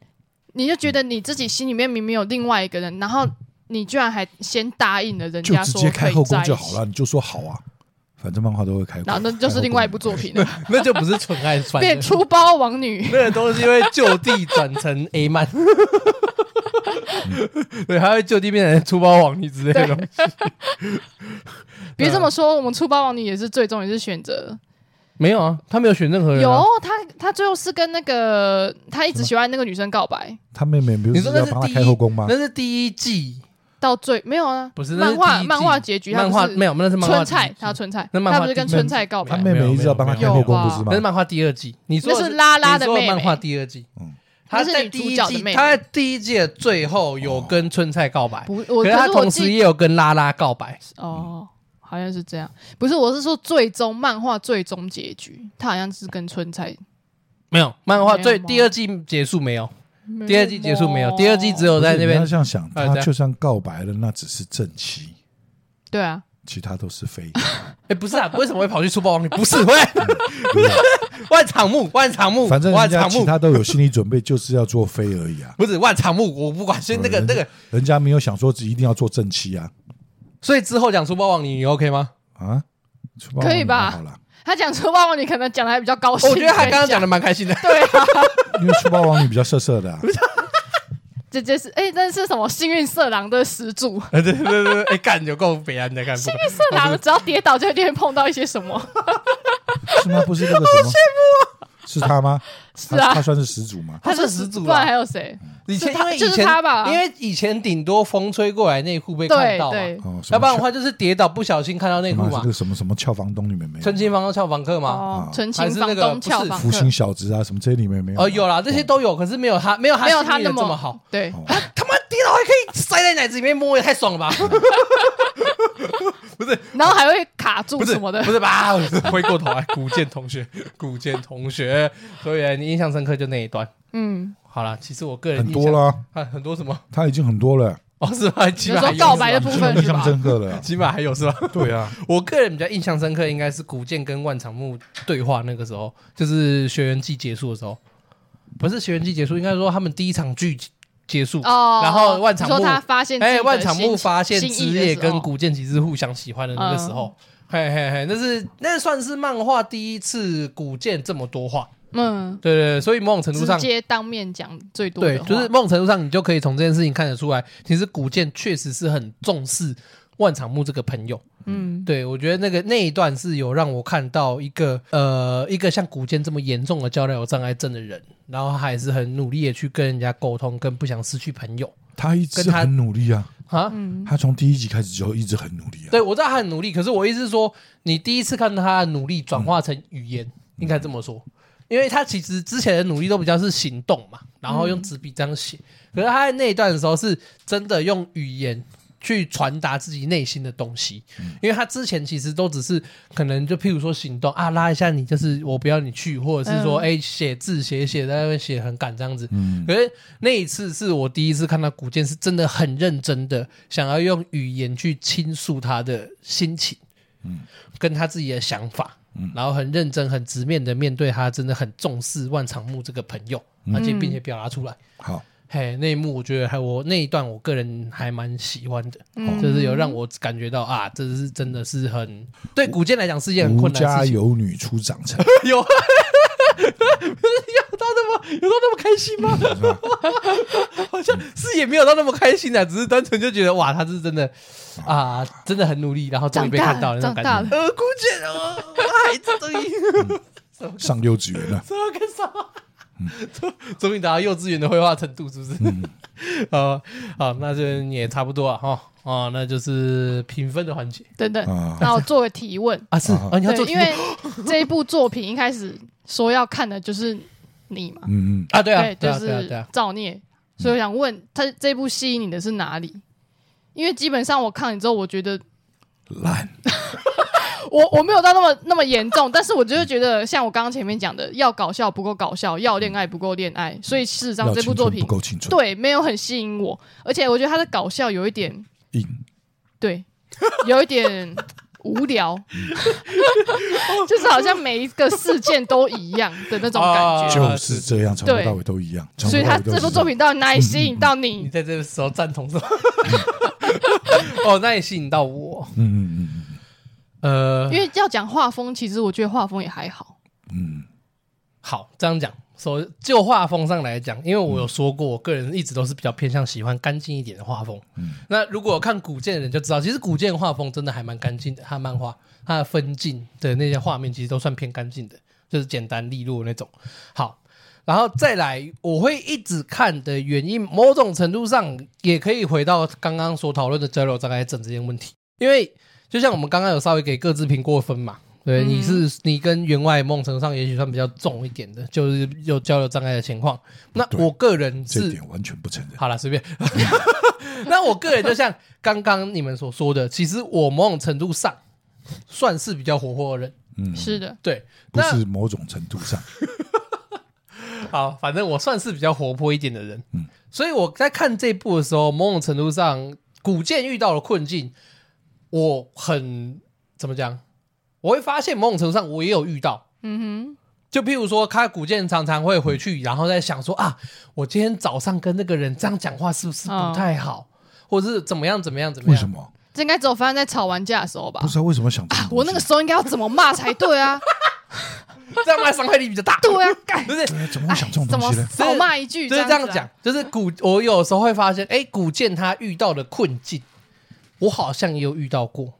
S2: 你就觉得你自己心里面明明有另外一个人，然后你居然还先答应了人
S3: 就
S2: 家
S3: 直
S2: 说
S3: 接
S2: 可
S3: 开
S2: 以
S3: 后
S2: 在
S3: 宫
S2: 一
S3: 就好
S2: 起。
S3: 了，你就说好啊，反正漫画都会开后宫。
S2: 然后那就是另外一部作品了，
S1: 那就不是纯爱番，
S2: 变出包王
S3: [laughs]
S2: 女。
S1: 那个都是因为就地转成 A 漫， [laughs] 对，他会就地变成粗包王女之类的东西。
S3: 嗯
S2: 别这么说，我们出包王女也是最终也是选择
S1: 没有啊，他没有选任何人、
S2: 有
S1: 啊。
S2: 他，他最后是跟那个他一直喜欢那个女生告白，
S3: 他妹妹不
S1: 你
S3: 是
S1: 说那
S3: 要
S1: 是
S3: 帮他
S1: 第一
S3: 开后宫吗？
S1: 那是第一季，
S2: 到最没有啊，
S1: 不是那是第一季
S2: 漫画漫画结局，他
S1: 漫
S2: 不
S1: 画
S2: 是
S1: 没有，那是漫画
S2: 春
S1: 第
S2: 菜
S1: 一，季
S2: 他春菜，
S1: 那漫画
S2: 他不是跟
S1: 第一季
S2: 春菜告
S3: 他
S2: 白
S1: 没有
S3: 妹妹一直要帮他开后宫，不是
S1: 那是
S3: 吗？
S1: 漫画第二季。你说的
S2: 那是拉拉的
S1: 你说
S2: 妹妹
S1: 漫画第二季，
S3: 嗯
S1: 他
S2: 那是
S1: 在
S2: 女
S1: 第
S2: 主
S1: 一
S2: 角的
S1: 季，
S2: 妹妹
S1: 他在第一季的最后有跟春菜告白，
S2: 不，我
S1: 可是他
S2: 我
S1: 同时
S2: 记
S1: 也有跟拉拉告白。
S2: 哦，好像是这样，不是，我是说最终漫画最终结局，他好像是跟春菜，
S1: 没有漫画最
S2: 没有吗
S1: 第二季结束没有，第二季结束没有，第二季只
S2: 有
S1: 有在那
S3: 你要
S1: 边
S3: 这样想，
S1: 哎这
S3: 他
S1: 样
S3: 就算告白了，那只是正妻，
S2: 对啊，
S3: 其他都
S1: [laughs]
S3: 是非。
S1: 哎，不是啊，为什么会跑去书包王？你不是喂，万场木，万场木，
S3: 反正人
S1: 万
S3: 家
S1: 哦场
S3: 其
S1: 木
S3: 他都有心理准备，就是要做妃而已
S1: [laughs]
S3: 啊。
S1: 不是万场木，我不管，所以那个
S3: 人
S1: 那个，
S3: 人家没有想说只一定要做正妻啊
S1: 所以之后讲书包王，你你 OK 吗？
S3: 啊，去帮
S2: 可以
S3: 我女儿
S2: 吧
S3: 好了，
S2: 他讲出旺旺，你可能讲的还比较高兴。
S1: 哦我觉得他刚刚
S2: 跟
S1: 讲的
S2: 你
S1: 蛮开心的，
S2: 对啊，
S3: 因为书包王女比较色色
S1: [laughs]
S3: 的啊，
S2: 这这是哎，那是什么幸运色狼的
S1: [laughs]
S2: 始祖？
S1: 对对对对，哎，干有够北安的干部，
S2: 幸运色狼只要跌倒就一定会碰到一些什么？
S3: 是吗？不是那个什么？
S1: 啊
S3: 是他吗？
S2: 是
S3: 他
S2: 啊
S3: 他，算是始祖吗？
S1: 他是
S2: 是
S1: 始祖
S2: 不然还
S1: 啊。
S2: 有谁？
S1: 以前因
S2: 是他
S1: 为以
S2: 就是
S1: 前
S2: 他吧
S1: 因为以前顶多风吹过来内裤被看
S2: 对
S1: 到嘛，
S2: 对，
S3: 哦，什么
S1: 要不然的话就是跌倒不小心看到内
S3: 什
S1: 裤
S3: 么
S1: 嘛
S3: 这个。什么什么俏房东里面没
S1: 春
S3: 有，
S1: 青房和俏房客嘛，
S2: 哦
S3: 啊，
S2: 纯
S1: 还
S2: 情
S1: 是那
S2: 房
S1: 个
S2: 东
S1: 不是
S2: 俏房
S3: 福
S2: 客
S3: 星，小子啊，什么这里面没有
S1: 哦有啦，这些都有，可是没有他没有他
S2: 哦没有他
S1: 吸引
S2: 那
S1: 人这么好。
S2: 对，
S3: 哦
S1: 他他妈跌倒还可以塞在奶子里面摸，也太爽了吧！不是
S2: [laughs] 然后还会卡住
S1: [laughs] 不是
S2: 什么的
S1: 不。是 [laughs] 吧？回过头来，古剑同 [laughs] 学，古剑同学，所以你印象深刻就那一段。
S2: 嗯，
S1: 好啦，其实我个人
S3: 很
S1: 印
S3: 多
S1: 象
S3: 了，
S1: 啊，很多什么
S3: 他已经很多了，
S1: 哦，是吧？起码还
S2: 你
S1: 有
S2: 说告白的
S1: 是吧
S2: 部
S3: 已
S2: 分
S3: 经印
S2: 是
S3: 象
S2: 吧
S3: 深刻了。
S1: 起码还有是吧？
S3: 对啊，
S1: 我个人比较印象深刻应该是古剑跟万场木对话那个时候，就是学员季结束的时候，不是学员季结束，应该说他们第一场剧结束，
S2: 哦，
S1: 然后万场
S2: 你说
S1: 木
S2: 他发现自己
S1: 哎，
S2: 的
S1: 万场
S2: 心
S1: 木
S2: 情
S1: 发现
S2: 心意
S1: 枝
S2: 的
S1: 叶
S2: 时
S1: 跟
S2: 候哦
S1: 古剑其实互相喜欢的那个时候，嘿嘿嘿，那是那算是漫画第一次古剑这么多话，
S2: 嗯，
S1: 对对对，所以某种程度
S2: 直
S1: 上，
S2: 接当面讲最多
S1: 对
S2: 的，话，
S1: 就是某种程度上，你就可以从这件事情看得出来，其实古剑确实是很重视万场木这个朋友。
S2: 嗯，
S1: 对我觉得那个那一段是有让我看到一个呃一个像古剑这么严重的交流障碍症的人，然后他还是很努力的去跟人家沟通，跟不想失去朋友
S3: 他一
S1: 跟
S3: 直
S1: 他
S3: 很努力啊，
S1: 啊。
S3: 他从第一集开始就一直很努力啊。
S1: 对，我知道他很努力，可是我意思是说，你第一次看到他的努力转化成语言，应该这么说，因为他其实之前的努力都比较是行动嘛，然后用纸笔这样写。可是他在那一段的时候，是真的用语言去传达自己内心的东西，因为他之前其实都只是可能就譬如说行动啊，拉一下你，就是我不要你去，或者是说哎写、字写一写在那边写很赶这样子。
S3: 嗯，
S1: 可是那一次是我第一次看到古剑是真的很认真的，想要用语言去倾诉他的心情，嗯，跟他自己的想法，嗯，然后很认真、很直面的面对他，真的很重视万长木这个朋友，而且并且表达出来。
S3: 好，
S1: 嘿，那一幕我觉得还我那一段我个人还蛮喜欢的，
S2: 嗯
S1: 哦就是有让我感觉到啊，这是真的是很对古剑来讲是一件很
S3: 吴
S1: 困难的
S3: 家
S1: 事情。
S3: 有女初长成，
S1: [laughs] 有啊有到那么有到那么开心 [laughs] 吗？好像是也没有到那么开心啊的，只是单纯就觉得哇，他是真的啊，真的很努力，然后终于被看到了那
S2: 长
S1: 种
S2: 大
S1: 感
S2: 了
S1: 觉。呃，姑姐，我我孩子终于
S3: 上幼稚园了。
S1: 怎么跟上了？ [laughs] 终于达到幼稚园的绘画程度，是不是？啊， [laughs] 好，那就也差不多了哈。哦，那就是评分的环节
S2: 等等
S3: 啊，
S2: 那我做个提问，
S1: 啊，是 [laughs]
S3: 啊
S1: 啊，你要做
S2: 对，
S1: 题
S2: 因
S1: 目
S2: 为这一部作品一开始说要看的就是你嘛，
S3: 嗯嗯，
S1: 啊，对啊，对
S2: 就
S1: 啊，对啊，对
S2: 是
S1: 啊，
S2: 造孽，所以我想问他这部吸引你的是哪里？因为基本上我看你之后，我觉得
S3: 烂，
S2: 我我没有到那么那么严重，但是我就是觉得像我刚刚前面讲的，要搞笑不够搞笑，要恋爱不够恋爱，所以事实上
S3: 要
S2: 这部
S3: 青
S2: 作
S3: 春
S2: 品
S3: 不够青春，
S2: 对没有很吸引我，而且我觉得他的搞笑有一点
S3: 硬
S2: 对， [laughs] 有一点无聊， [laughs] 就是好像每一个事件都一样的那种
S1: 啊
S2: 感觉。
S3: 就是这样，从头
S2: 对
S3: 到尾都一样。从头
S2: 所以
S3: 到
S2: 他
S3: 尾
S2: 这
S3: 都
S2: 部
S3: 是嗯
S2: 作品到底哪里吸引到
S1: 你
S2: 你？
S1: 在这个时候赞同什么？ [laughs] 哦，那也吸引到我。
S3: 这样，嗯嗯嗯
S1: 呃
S2: 因，为要讲画风，其实我觉得画风也还好。
S3: 嗯
S1: 好，这样讲，首就画风上来讲，因为我有说过，我个人一直都是比较偏向喜欢干净一点的画风。那如果有看古剑的人就知道，其实古剑画风真的还蛮干净的，它漫画它的分镜的那些画面其实都算偏干净的，就是简单利落的那种。好，然后再来，我会一直看的原因，某种程度上也可以回到刚刚所讨论的交流障碍症这件问题，因为就像我们刚刚有稍微给各自评过分嘛，对，你是你跟员外梦程上也许算比较重一点的，就是有交流障碍的情况。那
S3: 对
S1: 我个人
S3: 这一
S1: 是
S3: 点完全不承认。
S1: 好了，随便。 [laughs] 那我个人就像刚刚你们所说的，其实我某种程度上算是比较活泼的人，
S3: 嗯，
S2: 是的，
S1: 对，
S3: 不
S1: 那
S3: 是某种程度上，
S1: 好，反正我算是比较活泼一点的人，
S3: 嗯
S1: 所以我在看这部的时候，某种程度上，古剑遇到了困境，我很怎么讲？我会发现某种程度上我也有遇到，
S2: 嗯
S1: 就譬如说，他古剑常常会回去，然后在想说啊，我今天早上跟那个人这样讲话是不是不太
S2: 哦
S1: 好，或者是怎么样怎么样怎么
S3: 为
S1: 样？
S3: 什？么？
S2: 哼，这应该只有发生在吵完架的时候吧
S3: 不？知道为什么想这种东西
S2: 我那个时候应该要怎么骂才对
S3: [laughs]
S2: 啊？
S1: 这样骂伤害力比较大。
S2: 对啊，干
S1: 不是，
S3: 对啊怎么
S2: 哎
S3: 会想这种
S2: 怎
S3: 东
S2: 么
S3: 西呢？
S2: 少骂一句，
S1: 就是这样
S2: 子啊
S1: 讲，，就是古我有时候会发现，哎、古剑他遇到的困境，我好像也有遇到过，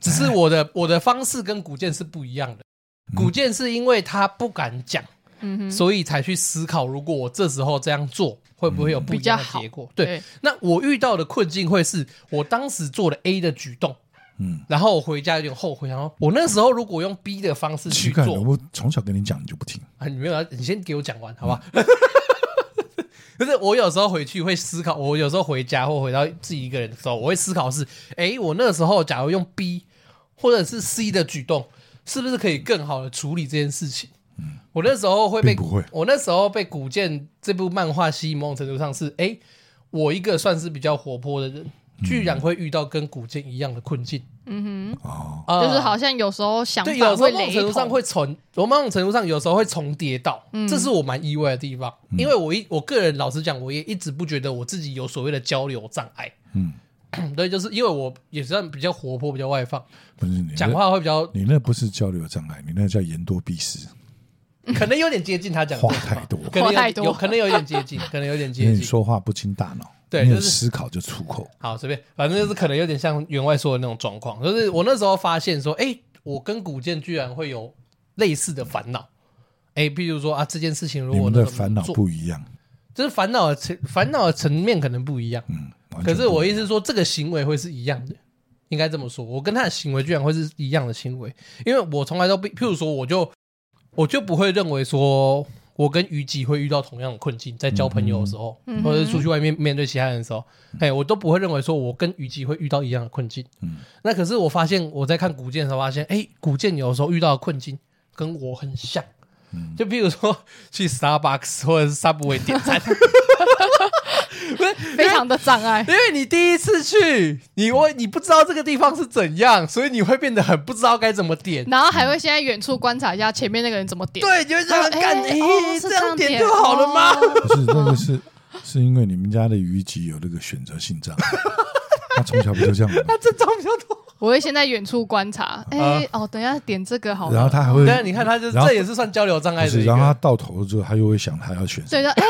S1: 只是我的 [laughs] 我的方式跟古剑是不一样的。古剑是因为他不敢讲，
S2: 嗯哼，
S1: 所以才去思考，如果我这时候这样做，会不会有不一样的
S2: 嗯比较好
S1: 结果？对，那我遇到的困境会是我当时做了 A 的举动，
S3: 嗯，
S1: 然后我回家有点后悔，然后我那时候如果用 B 的方式
S3: 奇
S1: 去
S3: 怪，
S1: 做，
S3: 我从小跟你讲，你就不听。
S1: 啊，你没有要，你先给我讲完，好吧？
S3: 嗯
S1: [laughs] 可是我有时候回去会思考，我有时候回家或回到自己一个人的时候，我会思考是，诶，我那时候假如用 B 或者是 C 的举动，是不是可以更好的处理这件事情？我那时候会被，
S3: 嗯并不会
S1: 我那时候被《古剑》这部漫画吸引，某种程度上是，诶，我一个算是比较活泼的人，
S3: 嗯
S1: 居然会遇到跟《古剑》一样的困境，
S3: 哦，
S1: 啊
S2: 就是好像有时候想
S1: 对，有时
S2: 法
S1: 候
S2: 会
S1: 某种
S2: 雷
S1: 程度上
S2: 同，嗯
S1: 会重，我某种程度上有时候会重叠到，这是我蛮意外的地方。
S3: 嗯
S1: 因为我一我个人老实讲，我也一直不觉得我自己有所谓的交流障碍。
S3: 嗯，
S1: 对，就是因为我也算比较活泼、比较外放，
S3: 不是你那
S1: 讲，话会比较
S3: 你那不是交流障碍，你那叫言多必失，
S1: 可能有点接近他讲的
S3: 话太多。
S1: 可能
S2: 话
S1: 有
S2: 太
S1: 点
S2: 多
S1: 有可能有点接近，可能有点
S3: 因为
S1: 接
S3: 你
S1: 近。
S3: 说话不经大脑，
S1: 对
S3: 你
S1: 就
S3: 有
S1: 是
S3: 思考就出口。
S1: 好，随便，反正就是可能有点像员外说的那种状况，就是我那时候发现说，哎、我跟古剑居然会有类似的烦恼。哎、譬如说啊，这件事情如
S3: 你
S1: 果我
S3: 们
S1: 那
S3: 的
S1: 时候
S3: 烦恼
S1: 做
S3: 不一样，
S1: 就是烦恼的层烦恼的层面可能不一样，
S3: 嗯，完
S1: 可
S3: 全
S1: 是
S3: 不
S1: 我
S3: 一
S1: 意
S3: 样
S1: 思是说，这个行为会是一样的，应该这么说。我跟他的行为居然会是一样的行为，因为我从来都不，譬如说，我就我就不会认为说我跟于己会遇到同样的困境，在交朋友的时候，
S2: 嗯哼
S1: 或者是出去外面面对其他人的时
S3: 嗯
S1: 候，哎、我都不会认为说我跟于己会遇到一样的困境。
S3: 嗯
S1: 那可是我发现我在看古剑的时候，发现哎、古剑有时候遇到的困境跟我很像。
S3: 嗯
S1: 就譬如说去 Starbucks 或者是 Subway 点餐，
S2: 非常的障碍。
S1: [laughs] 因为你第一次去，你会你不知道这个地方是怎样，所以你会变得很不知道该怎么点。
S2: 然后还会先在远处观察一下前面那个人怎么点，
S1: 对，你会这样
S2: 哎
S1: 干，哎
S2: 哦，是
S1: 这
S2: 这样
S1: 样点就好了吗？
S2: 哦
S3: 不是那个是 [laughs] 是因为你们家的虞姬有那个选择性障碍， [laughs] 他从小不就这样吗？
S1: [laughs] 这招比较多。
S2: 我会先在远处
S1: [laughs]
S2: 观察，哎，
S1: 啊
S2: 哦，等一下点这个好了，
S3: 然后他还会，
S1: 但你看，他就
S3: 然后
S1: 这也是算交流障碍的
S3: 不是，
S1: 一
S3: 然后他
S1: 个。
S3: 到头之后，他又会想他要选什
S2: 对
S3: 么。
S2: 的，哎，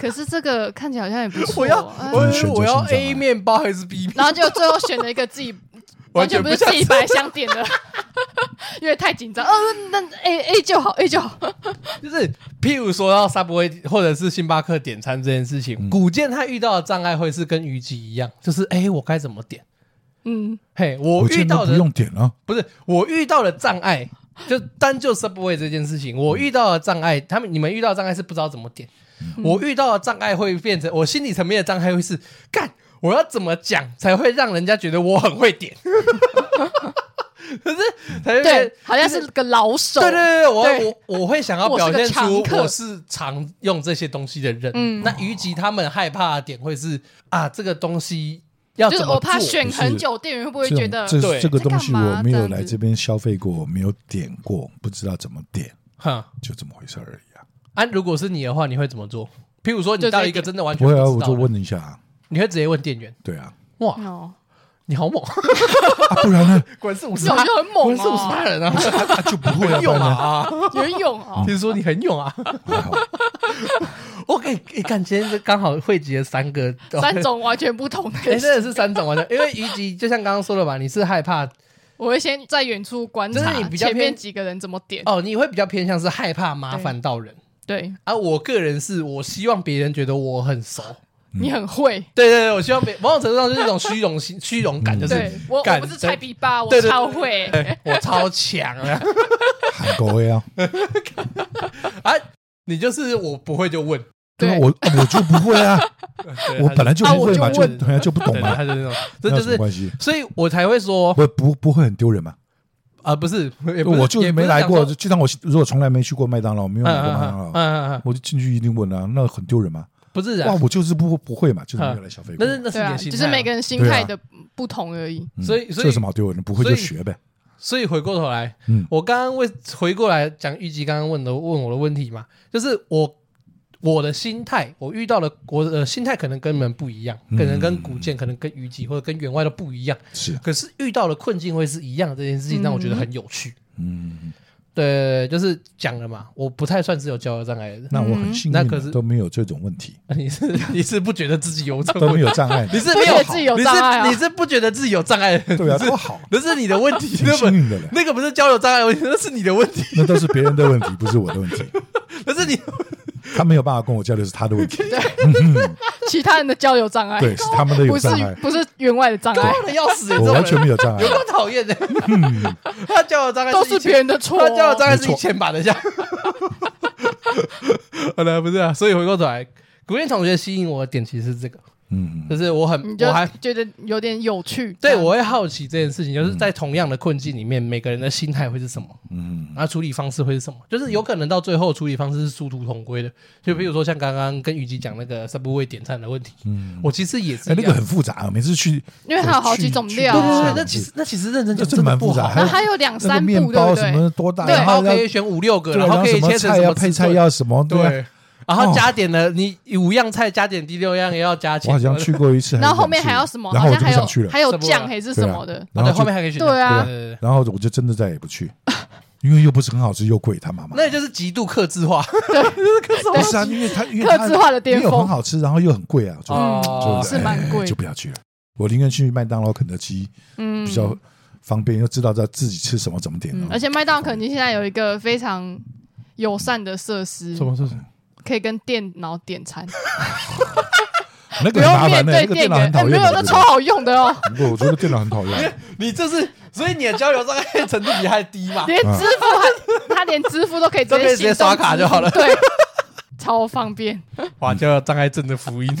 S2: 可是这个看起来好像也不错，
S1: 我要
S2: 哎
S1: 我
S3: 就是选择性
S1: 我要
S3: 障碍
S1: A 面包还是 B 面？
S2: 然后就最后选了一个自己
S1: [laughs] 完
S2: 完
S1: 全
S2: 全
S1: 不
S2: 不是自己本来想点的， [laughs] 因为太紧张。哦，那那 A A 就好，A 哎就好。
S1: 就是譬如说到 Subway 或者是星巴克点餐这件事情，
S3: 嗯
S1: 古剑他遇到的障碍会是跟虞姬一样，就是哎，我该怎么点？
S2: 嗯，
S1: 嘿，我遇
S3: 我见
S1: 到
S3: 都
S1: 的
S3: 不用点了，
S1: 不是我遇到的障碍，就单就 Subway 这件事情，我遇到的障碍，他们你们遇到的障碍是不知道怎么点，我遇到的障碍会变成我心理层面的障碍会是干，我要怎么讲才会让人家觉得我很会点，可是才会
S2: 对，好像是个老手。
S1: 对对对，我
S2: 对
S1: 我我会想要
S2: 我是
S1: 表
S2: 个
S1: 现出
S2: 常客
S1: 我是常用这些东西的人。
S2: 嗯
S1: 那虞姬他们害怕的点会是啊，这个东西要
S2: 就是
S1: 怎么
S2: 我怕
S1: 做
S2: 选很久，店员会不会
S3: 这
S2: 觉
S3: 种
S2: 得
S3: 这
S1: 对
S3: 这个东西
S2: 在干嘛
S3: 我没有
S2: 这
S3: 来
S2: 样子
S3: 这边消费过，我没有点过，不知道怎么点，
S1: 哼
S3: 就这么回事而已啊。
S1: 啊，如果是你的话，你会怎么做？譬如说，你
S2: 就
S1: 到
S2: 这
S1: 一个
S2: 一点
S1: 真的完全
S3: 不会啊，
S1: 不知
S3: 我
S1: 道
S3: 就
S1: 的，
S3: 问一下啊，
S1: [laughs] 你会直接问店员
S3: 对啊，
S1: 哇，
S2: 哦，
S1: 你好猛，
S3: 啊，不然呢？
S1: 果然是五十
S2: 这种
S1: 八，
S2: 就很
S1: 果
S2: 猛
S1: 然是五十八
S2: 哦，
S1: 人啊！
S3: 啊就不会啊，不
S1: 勇
S3: 然呢
S1: 啊！
S2: 有人
S1: [laughs]
S2: 勇哦。
S1: 听说你很勇啊！
S3: 还好
S1: [laughs] 我给你看，今天就刚好汇集了三个哦
S2: 三种完全不同
S1: [laughs] 哎、
S2: 的
S1: 真的是三种完全，因为一集就像刚刚说的嘛，你是害怕
S2: 我会先在远处观
S1: 就
S2: 察
S1: 是你比较
S2: 前面
S1: 偏
S2: 几个人怎么点。
S1: 哦，你会比较偏向是害怕麻烦到人，
S2: 对
S1: 而、我个人是我希望别人觉得我很熟，嗯
S2: 你很会，
S1: 对对对，我希望别某种程度上就是一种虚荣心、虚荣感，就是
S2: 对我我
S1: 干
S2: 不是菜逼吧，
S1: 对
S2: 我
S1: 对
S2: 超会。
S1: 哎我超强啊！
S3: 喊狗呀，
S1: 啊，你就是我不会就
S3: [laughs]
S1: 问，
S3: 对啊，
S2: 对
S3: 我啊我就不会啊，
S1: 对
S3: 我
S1: 他
S3: 本来就不会嘛，
S1: 啊我就
S3: 就
S1: 问
S3: 对啊就不懂
S1: 对 [laughs] 对
S3: 嘛，
S1: 他就是那种，这
S3: 那
S1: 就
S3: [laughs] 有什么
S1: 是，
S3: 关系？
S1: 所以我才会说
S3: 我不不会很丢人嘛，
S1: 啊、不是，也不是
S3: 我就
S1: 也不
S3: 没
S1: 是
S3: 来
S1: 讲
S3: 过，
S1: 说
S3: 就当我如果从来没去过麦当劳，没
S1: 嗯
S3: 有买过
S1: 嗯
S3: 麦
S1: 嗯
S3: 当劳，
S1: 嗯嗯，
S3: 我就进去一定问啊，那很丢人嘛。
S1: 不是
S3: 哇
S1: 啊，，
S3: 我就是不不会嘛，就是没有来消费过
S1: 但。是那是
S2: 对
S1: 你的
S2: 啊，
S1: 心态啊、
S2: 就是每个人心
S3: 对啊
S2: 态的不同而已。 [laughs]
S3: 嗯
S1: 所以所以
S3: 这有什么好丢人的？不会就学呗。
S1: 所以回过头来，
S3: 嗯
S1: 我刚刚为回过来讲玉吉刚刚问的问我的问题嘛，就是我我的心态，我遇到的我的心态可能跟你们不一样，
S3: 嗯
S1: 可能跟古建，可能跟虞姬或者跟员外都不一样，
S3: 是，嗯
S1: 可是遇到的困境会是一样的这件事情，
S2: 嗯
S1: 让我觉得很有趣。
S3: 嗯，
S1: 对，就是讲了嘛，我不太算是有交流障碍的，
S3: 那我很幸运
S1: 那可是
S3: 啊，都没有这种问
S1: [laughs]
S3: 题，
S1: 你
S3: [laughs]
S1: 是你是不觉得自己有障
S3: 都
S1: 碍
S3: 没。有障碍
S1: [laughs]
S3: 的
S1: 你。是
S2: 不
S1: 没
S2: 觉
S1: 有
S2: 得自己有障碍啊
S1: 你是你是不觉得自己有障碍的，
S3: 对啊，多好，
S1: 那是你的问题，
S3: 挺
S1: 那
S3: 幸
S1: 不
S3: 运的嘞。
S1: 那个不是交流障碍问题，那是你的问题，
S3: 那都是别人的问题，不是我的问题。
S1: 那是你
S3: 他没有办法跟我交流是他的问
S1: [laughs]
S3: 题，
S2: 其他人的交友障碍，
S3: 对，是他们的有
S2: 不是
S3: 障碍，
S2: 不是员外的障碍，
S1: 痛的要死，你知
S3: 我
S1: 道吗
S3: 完？全没有嗯障碍
S1: 有。多讨厌的？他叫我大概
S2: [laughs] 都是别人的错哦
S1: 他叫我大概是
S3: 啊没
S1: 一
S3: 错
S1: 千吧，等一下。 [laughs] 好了，不是啊，所以回过头来，古建同学吸引我的点其实是这个，
S3: 嗯，
S1: 就是我很
S2: 你就
S1: 我还
S2: 觉得有点有趣。这
S1: [laughs] 对
S2: 样
S1: 我会好奇这件事情，
S3: 嗯
S1: 就是在同样的困境里面，每个人的心态会是什么，嗯，然后处理方式会是什么？
S3: 嗯
S1: 就是有可能到最后处理方式是殊途同归的，就比如说像刚刚跟虞姬讲那个 Subway 点餐的问题，嗯，我其实也是
S3: 哎，
S1: 一
S3: 那
S1: 样
S3: 个很复杂啊，每次
S1: [laughs]
S3: 去
S2: 因为它有好几种料
S1: 对对对，
S2: 啊
S1: 那其实那其实认真
S3: 这
S1: 讲
S3: 真
S1: 真
S3: 蛮
S1: 的
S3: 复
S1: 不好。
S3: 杂，还
S2: 然
S3: 有
S2: 后还有两
S3: 那个
S2: 三
S3: 面
S2: 步，对
S3: 包
S2: 不
S3: 什
S2: 对？
S3: 么多大，
S1: 对，
S3: 然
S1: 然后
S3: 后要
S1: 可以选五六个，
S3: 对，啊然
S1: 后
S3: 后
S1: 可以
S3: 什么
S1: 切成
S3: 菜
S1: 什
S3: 要
S1: 么
S3: 配
S1: 尺
S3: 菜
S1: 寸
S3: 要什么，对啊。
S1: 对，然后
S3: 哦
S1: 加点了你五样菜加点第六样也要加钱，
S3: 我好像去过
S2: [laughs]
S3: 一次，
S2: 然后后
S3: 是
S2: 面
S3: 两次
S2: 还要什么？
S3: 然
S2: 好
S3: 后我
S2: 像
S3: 就不
S2: 还有
S3: 想去了，
S2: 还有
S1: 是不是
S2: 酱还是
S3: 对
S2: 什
S3: 啊
S2: 么的，
S1: 啊，
S3: 然
S1: 对，
S3: 后
S1: 后
S3: 就
S1: 面还可以选，
S2: 对啊
S1: 对对对
S3: 然后我就真的再也不去，因为又不是很好吃，又贵，他妈妈。
S1: 那就是极度克制化，
S3: 不是啊，因为他因为
S2: 客
S3: 他
S2: 制化的巅
S3: 没有很
S2: 峰
S3: 好吃，然后又很贵啊，就
S1: 哦
S3: 就
S2: 嗯是蛮贵
S3: 哎就不要去了。我宁愿去麦当劳、肯德基
S2: 嗯，
S3: 比较方便，又知道在自己吃什么怎么点
S2: 嗯，
S3: 啊。
S2: 而且麦当劳肯定现在有一个非常友善的设施，
S1: 么是
S3: 嗯
S2: 可以跟电脑点餐，
S1: [laughs]
S3: 那
S2: 不
S3: 个很
S2: 用
S3: 麻
S2: 面
S3: 烦的，
S2: 对
S3: 那个
S2: 店
S3: 电脑很
S2: 员，
S3: 讨
S2: 哎没
S3: 厌
S2: 有，那
S3: 的。
S2: 超好用的哦，
S3: 不过我觉得电脑很讨厌，
S1: 你这是，所以你的交流障碍程度比他还低嘛？
S2: [laughs] 连支付还 [laughs] 他连支付都可以直
S1: 都可以直
S2: 接
S1: 接
S2: 行动
S1: 刷卡
S2: 支
S1: 就
S2: 付
S1: 好了
S2: 对， [laughs] 超方便，
S1: 哇，交流障碍症的福音。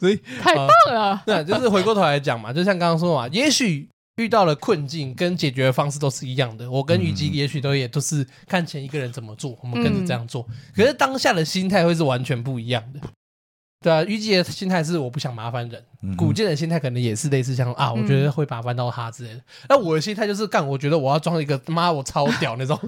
S1: 所以
S2: 太
S1: 啊
S2: 棒了，
S1: 那就是回过头来讲嘛，就像刚刚说嘛，也许遇到了困境跟解决方式都是一样的。我跟虞姬也许都也都是看前一个人怎么做，我们跟着这样做。可是当下的心态会是完全不一样的。对啊，虞姬的心态是我不想麻烦人，
S3: 嗯
S1: 古剑的心态可能也是类似像啊，我觉得会麻烦到他之类的。那我的心态就是干，我觉得我要装一个妈我超屌那种，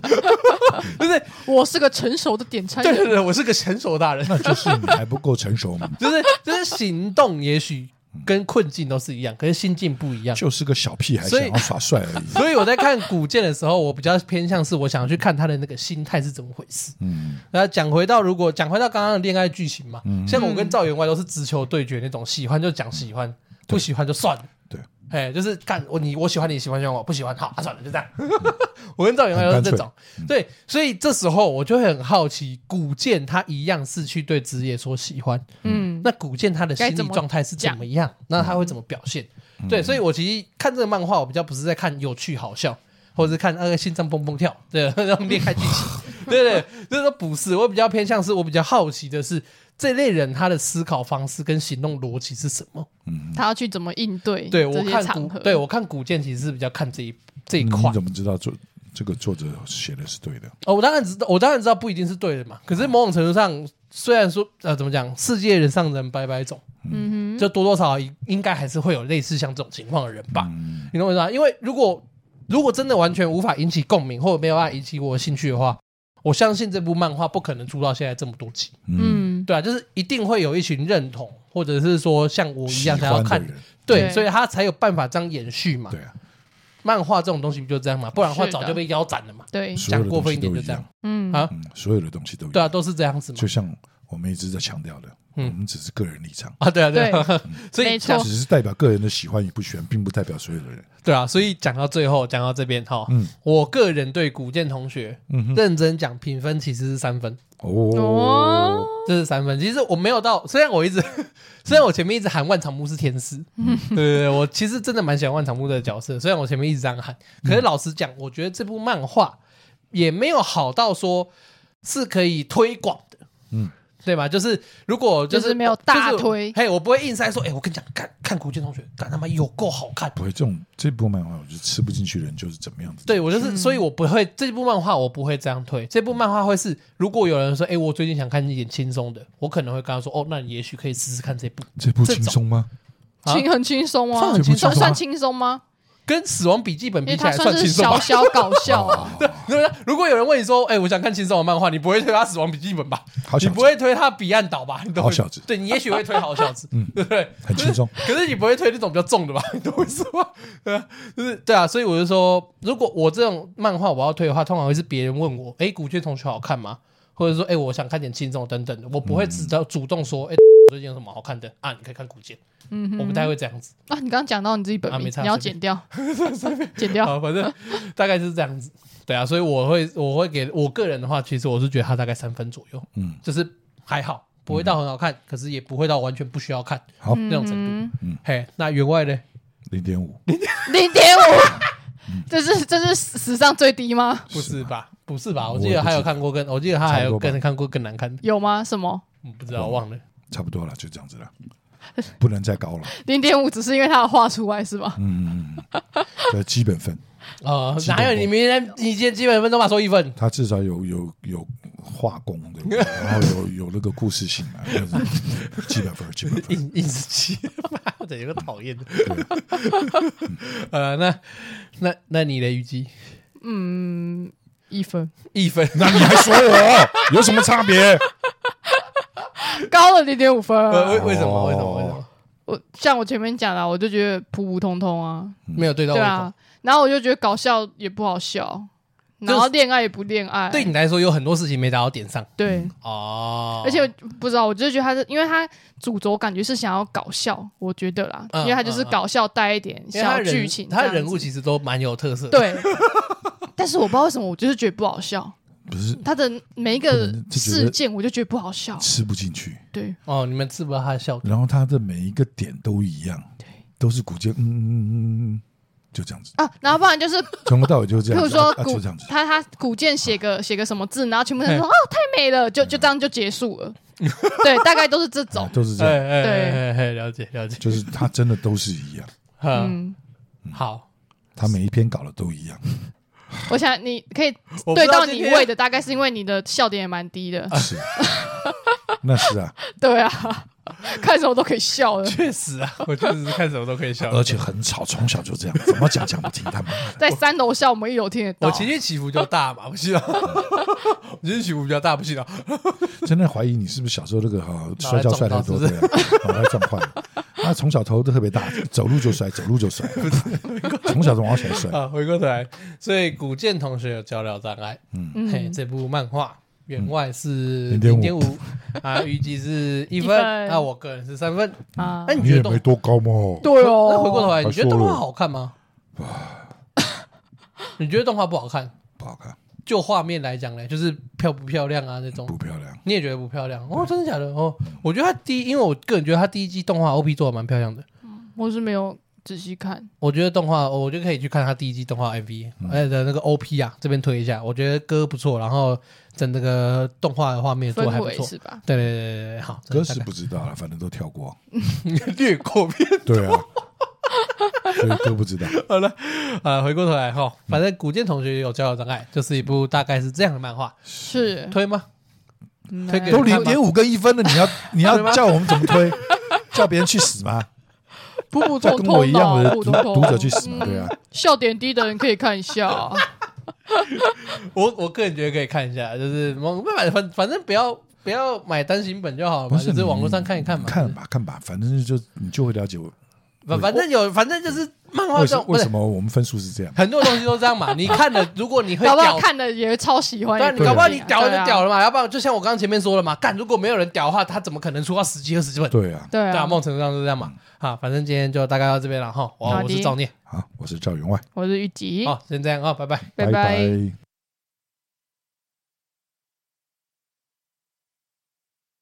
S1: 就是
S2: 我是个成熟的点
S1: [laughs]
S2: 餐
S1: 对对
S2: 人，
S3: [laughs]
S1: 对，我是个成熟大人。 [laughs]
S3: 那就是你还不够成熟嘛，
S1: 就是就是行动，也许跟困境都是一样，可是心境不一样。
S3: 就是个小屁孩
S1: 所
S3: 想
S1: 以
S3: 要耍帅而已。
S1: 所以我在看古剑的时候，我比较偏向是我想要去看他的那个心态是怎么回事。
S3: 嗯，
S1: 那讲回到如果讲回到刚刚的恋爱剧情嘛，像我跟赵员外都是直球对决那种，喜欢就讲喜欢，不喜欢就算了。
S3: 嗯对，
S1: 哎，就是干我你我喜欢你喜欢喜欢我不喜欢好、啊、算了就这样。
S3: 嗯
S1: [laughs] 我跟赵员外都是这种，对，所以这时候我就会很好奇，古剑他一样是去对职业说喜欢，
S2: 嗯，
S1: 那古剑他的心理状态是怎么样？那他会怎么表现？对，所以我其实看这个漫画，我比较不是在看有趣好笑，或者是看那个心脏蹦蹦跳对， [laughs] 那种恋爱剧情，对 [laughs] 对，这都不是。我比较偏向是我比较好奇的是这类人他的思考方式跟行动逻辑是什么？
S2: 他要去怎么应对
S1: 对我
S2: 这些
S1: 看
S2: 场合
S1: 古，，对我看古剑其实是比较看这一这一
S3: 嗯你
S1: 块。
S3: 怎么知道作这个作者写的是对的？
S1: 哦，我当然知道，我当然知道不一定是对的嘛。可是某种程度上，虽然说呃怎么讲，世界人上人百百种，
S2: 嗯
S1: 就多多少少应该还是会有类似像这种情况的人吧。
S3: 嗯
S1: 你懂我意思吗？因为如果如果真的完全无法引起共鸣，或者没有办法引起我的兴趣的话，我相信这部漫画不可能出到现在这么多集。
S2: 哼，嗯，
S1: 对啊，就是一定会有一群认同，或者是说像我一
S3: 喜
S1: 样想要
S3: 欢的
S1: 看，
S3: 人，
S1: 对，
S2: 对
S1: 所以他才有办法这样延续嘛。
S3: 对啊，
S1: 漫画这种东西不就这样嘛？不然的话
S2: 是的
S1: 早就被腰斩了嘛。
S2: 对，
S3: 所有
S1: 讲
S3: 的
S1: 过
S3: 东
S1: 分
S3: 西
S1: 一点
S3: 都
S1: 就
S3: 一
S1: 这样
S3: 样，，
S2: 嗯，
S1: 啊
S3: 嗯，所有的东西都一
S1: 对啊，
S3: 样，
S1: 都是这样子嘛
S3: 就。像我们一直在强调的，我
S1: 嗯
S3: 们只是个人立场。
S1: [laughs] 啊，对啊，对
S2: 对
S1: 啊，所以
S2: 没错
S3: 只是代表个人的喜欢与不喜欢，并不代表所有的人。
S1: 对啊，所以讲到最后，讲到这边哈，
S3: 嗯
S1: 我个人对古剑同学
S3: 嗯哼，
S1: 认真讲评分其实是三分，
S2: 哦
S3: 哦，，
S1: 这是三分。其实我没有到，虽然我一直， [laughs] 虽然我前面一直喊万场木是天
S2: [laughs]
S1: 使，
S2: 嗯
S1: 对对对，我其实真的蛮喜欢万场木的角色，虽然我前面一直这样喊，可
S3: 嗯
S1: 是老实讲，我觉得这部漫画也没有好到说是可以推广的，嗯
S3: 嗯。
S1: 对吧？就是如果就是
S2: 就是没有大推
S1: 就是嘿，我不会硬塞说，哎、我跟你讲，看看古剑同学，干他妈有够好看，
S3: 不会，这种这部漫画，我觉得吃不进去的人就是怎么样的。
S1: 对我
S2: 嗯
S1: 就是，所以我不会这部漫画我不会这样推，这部漫画会是，如果有人说，哎、我最近想看一点轻松的，我可能会跟他说，哦，那你也许可以试试看这部，
S3: 这部
S1: 这
S3: 轻松吗？
S1: 啊
S2: 轻很轻松
S1: 算
S2: 啊
S1: 很，轻
S3: 这
S1: 松
S2: 算
S3: 不
S1: 吗，
S2: 算轻松吗？
S1: 跟《死亡笔记本》
S2: 因
S1: 比
S2: 为
S1: 起来
S2: 它算
S1: 轻
S2: 是
S1: 松哦
S2: 小
S1: 吧？
S2: 小搞笑啊，
S1: [laughs] 对不对？如果有人问你说，哎、我想看轻松的漫画，你不会推他《死亡笔记本》吧？
S3: 好
S1: 你
S3: 小子
S1: 不会推他《彼岸岛》吧？你都会
S3: 好小子嗯
S1: 对你也许会推好小
S3: [laughs]
S1: 子，对不对？
S3: 很轻松。
S1: 可是你不会推那种比较重的吧？ [laughs] 你懂我意思吗？对啊，就是对啊，所以我就说，如果我这种漫画我要推的话，通常会是别人问我，哎、古卷同学好看吗？或者说，哎、我想看点轻松等等的，我不会只到主动说，哎、最近有什么好看的啊？你可以看古卷，
S2: 嗯哼，
S1: 我不太会这样子。 [laughs]
S2: 啊，你刚刚讲到你自己本
S1: 啊没
S2: 名，
S1: 差
S2: 你要
S1: [laughs] 随便
S2: 剪掉，剪掉，
S1: 啊，反
S2: [laughs]
S1: 正大概就是这样子。对啊，所以我会我会给我个人的话，其实我是觉得它大概三分左右，
S3: 嗯，
S1: 就是还好，不会到很好看，可是也不会到完全不需要看
S3: 好，
S1: 那种程度。
S2: 嗯，
S1: 嘿，那员外呢？
S3: 零点五，
S2: 零点五， [laughs] 这是这是史上最低吗？
S1: 不是吧？不是吧？我
S3: 我
S1: 记
S3: 也
S1: 得
S3: 不
S1: 还有
S3: 记得
S1: 看过更，我记得他还有
S3: 差不多
S1: 更看过更难看的，
S2: 有吗？什么？
S1: 嗯不知道忘了。
S3: 差不多了，就这样子
S1: [laughs]
S3: 了，不能再高了。
S2: 零点五只是因为它有画出来是吧？
S3: 嗯，嗯嗯的基本分，
S1: 呃，
S3: 基本
S1: 哪有
S3: 功
S1: 你明天你今天基本分都把收一分？
S3: 他至少有有有画工对
S1: [laughs]
S3: 不对？然后有有那个故事性啊，就是基本分，基本分。
S1: [laughs] 硬硬是气，我整有个讨厌的。 [laughs] 呃，那那那你的虞姬
S2: 嗯，一分，
S1: 一分，
S3: 那你还说我 [laughs] 有什么差别？
S2: 高了零点五分啊。
S1: 呃 [laughs] 为为什么为什么为什么
S2: 我像我前面讲的，我就觉得普普通通啊，
S1: 没有对到
S2: 对
S1: 胃口
S2: 啊？，然后我就觉得搞笑也不好笑，然后
S1: 就是
S2: 恋爱也不恋爱，
S1: 对你来说有很多事情没达到点上
S2: 对，
S1: 哦，
S2: 而且我不知道，我就觉得他是，因为他主轴感觉是想要搞笑，我觉得啦，
S1: 嗯
S2: 因为他就是搞笑带一点
S1: 因为他
S2: 小
S1: 人
S2: 剧情，
S1: 他
S2: 这样
S1: 人
S2: 子
S1: 物其实都蛮有特色。，
S2: 对， [laughs] 但是我不知道为什么，我就是觉得不好笑，
S3: 不是
S2: 他的每一
S3: 不
S2: 个
S3: 能就觉得
S2: 事件我就觉得不好笑，
S3: 吃不进去，
S2: 对，
S1: 哦，你们知不知道他的笑点？
S3: 然后他的每一个点都一样，都是古剑，嗯嗯嗯嗯嗯，就这样子，
S2: 啊，然后不然就是，
S3: 从头到尾就这
S2: 譬
S3: 样
S2: 如
S3: 子，
S2: 说
S3: 啊啊
S2: 古
S3: 就这样子，
S2: 他他古剑写
S1: [laughs]
S2: 个写个什么字，然后全部人
S1: 嗯
S2: 说哦太美了，就就这样就结束了， [laughs] 对，大概都是这
S3: 啊
S1: [laughs]
S2: 种，
S3: 都是这
S1: 哎
S3: 样，
S1: 哎
S2: 对
S1: 哎哎，了解了解。
S3: 就是他真的都是一样，
S1: 嗯，
S2: 嗯，
S1: 好，
S3: 他每一篇搞的都一样，
S2: 我想你可以
S1: 我不
S2: 对
S1: 知道
S2: 到
S1: 今
S2: 你
S1: 天
S2: 胃的，大概是因为你的笑点也蛮低的，
S3: 是，那是啊，
S2: [laughs] 对啊，看什么都可以笑
S1: [laughs]
S2: 的，
S1: 确实啊，我确实是看什么都可以笑。
S3: 而且很吵，从小就这样，怎么讲讲不听，他们
S2: 在三楼笑我们一楼听得到
S1: 我，情绪起伏就大嘛，不信啊？ [laughs] 我情绪起伏比较大，不信啊？
S3: 真的怀疑你是不是小时候那个哈摔跤摔太多，
S1: 脑袋
S3: 对啊，脑袋撞坏了，他从小头都特别大，走路就摔，走路就摔，从小就往起来摔，
S1: 啊，回过头来，所以古剑同学有交流障碍，嗯，嘿，这部漫画员外是
S3: 嗯
S1: 零
S3: 0.5
S1: 点五
S3: [laughs]
S1: 啊，预计是一
S2: 一
S1: 分，
S2: 分
S1: 那我个人是三分。
S2: 啊
S1: 那，你
S3: 你
S1: 觉
S3: 也
S1: 得动
S3: 没多高嘛，
S2: 对哦，
S1: 哎那回过头来，你觉得动
S3: 还
S1: 画
S3: 说了
S1: 好看吗？你觉得动画不好看？
S3: 不好看，
S1: 就画面来讲呢，就是漂不漂亮啊那种
S3: 不，漂亮，
S1: 你也觉得不漂亮哦？真的假的哦？我觉得他第一，因为我个人觉得他第一季动画 OP 做的蛮漂亮的，
S2: 我是没有仔细看，
S1: 我觉得动画我就可以去看他第一季动画 MV，哎的那个 OP 啊，这边推一下，我觉得歌不错，然后整那个动画的画面做
S2: 氛
S1: 的还不
S2: 围
S1: 错。
S2: 是吧？
S1: 对对对对对，好，
S3: 歌是不知道了，反正都跳过，
S1: 略过片
S3: 对 [laughs] 啊，所以都不知道，
S1: 好了，啊，回过头来哈，反正古剑同学有交友障碍，就是一部大概是嗯这样的漫画，
S2: 是
S1: 推吗？推给
S3: 都
S1: 你看吗
S3: 零点五跟一分了，你要你要叫我们怎么推？叫别人去死
S1: [laughs]
S3: 吗？
S2: 普普
S3: 叫
S2: 通
S3: 跟我
S2: 通
S3: 一样
S2: 的
S3: 的
S2: 普
S3: 读
S2: 通通
S3: 读者去死吗？
S1: 嗯
S3: 对啊，
S2: 嗯笑点低的人可以看一
S1: [laughs]
S2: 下啊，
S1: 我我个人觉得可以看一下，就是我没办法，反反正不要不要买单行本就好了
S3: 不
S1: 嘛，
S3: 是
S1: 就是
S3: 你
S1: 网络上看一看嘛。
S3: 看吧看吧，反正就你就会了解我
S1: 反反正有，反正就是漫画
S3: 为
S1: 这
S3: 什
S1: 种，不
S3: 嗯为
S1: 是
S3: 什么我们分数是这样。
S1: 很多东西都这
S3: [laughs]
S1: 样嘛。你看了，如果你会
S2: 搞不好
S1: 屌，
S2: 看的也超喜欢。
S1: 对啊，
S2: 也
S1: 你
S2: 不一
S1: 搞不好
S2: 定
S1: 你
S2: 啊
S1: 屌了
S2: 对
S1: 就
S2: 啊
S1: 屌了嘛，要不然就像我刚刚前面说了嘛，干如果没有人屌的话，他怎么可能出到十几二十本？
S3: 对啊，
S2: 对
S1: 对啊，
S2: 啊，
S1: 某种程度上是这样嘛。好，反正今天就大概到这边了哈。我
S2: 好的
S1: 我是赵念，
S3: 好，我是赵员外，
S2: 我是玉吉，
S1: 好，先这样啊，拜拜。
S2: 拜
S3: 拜。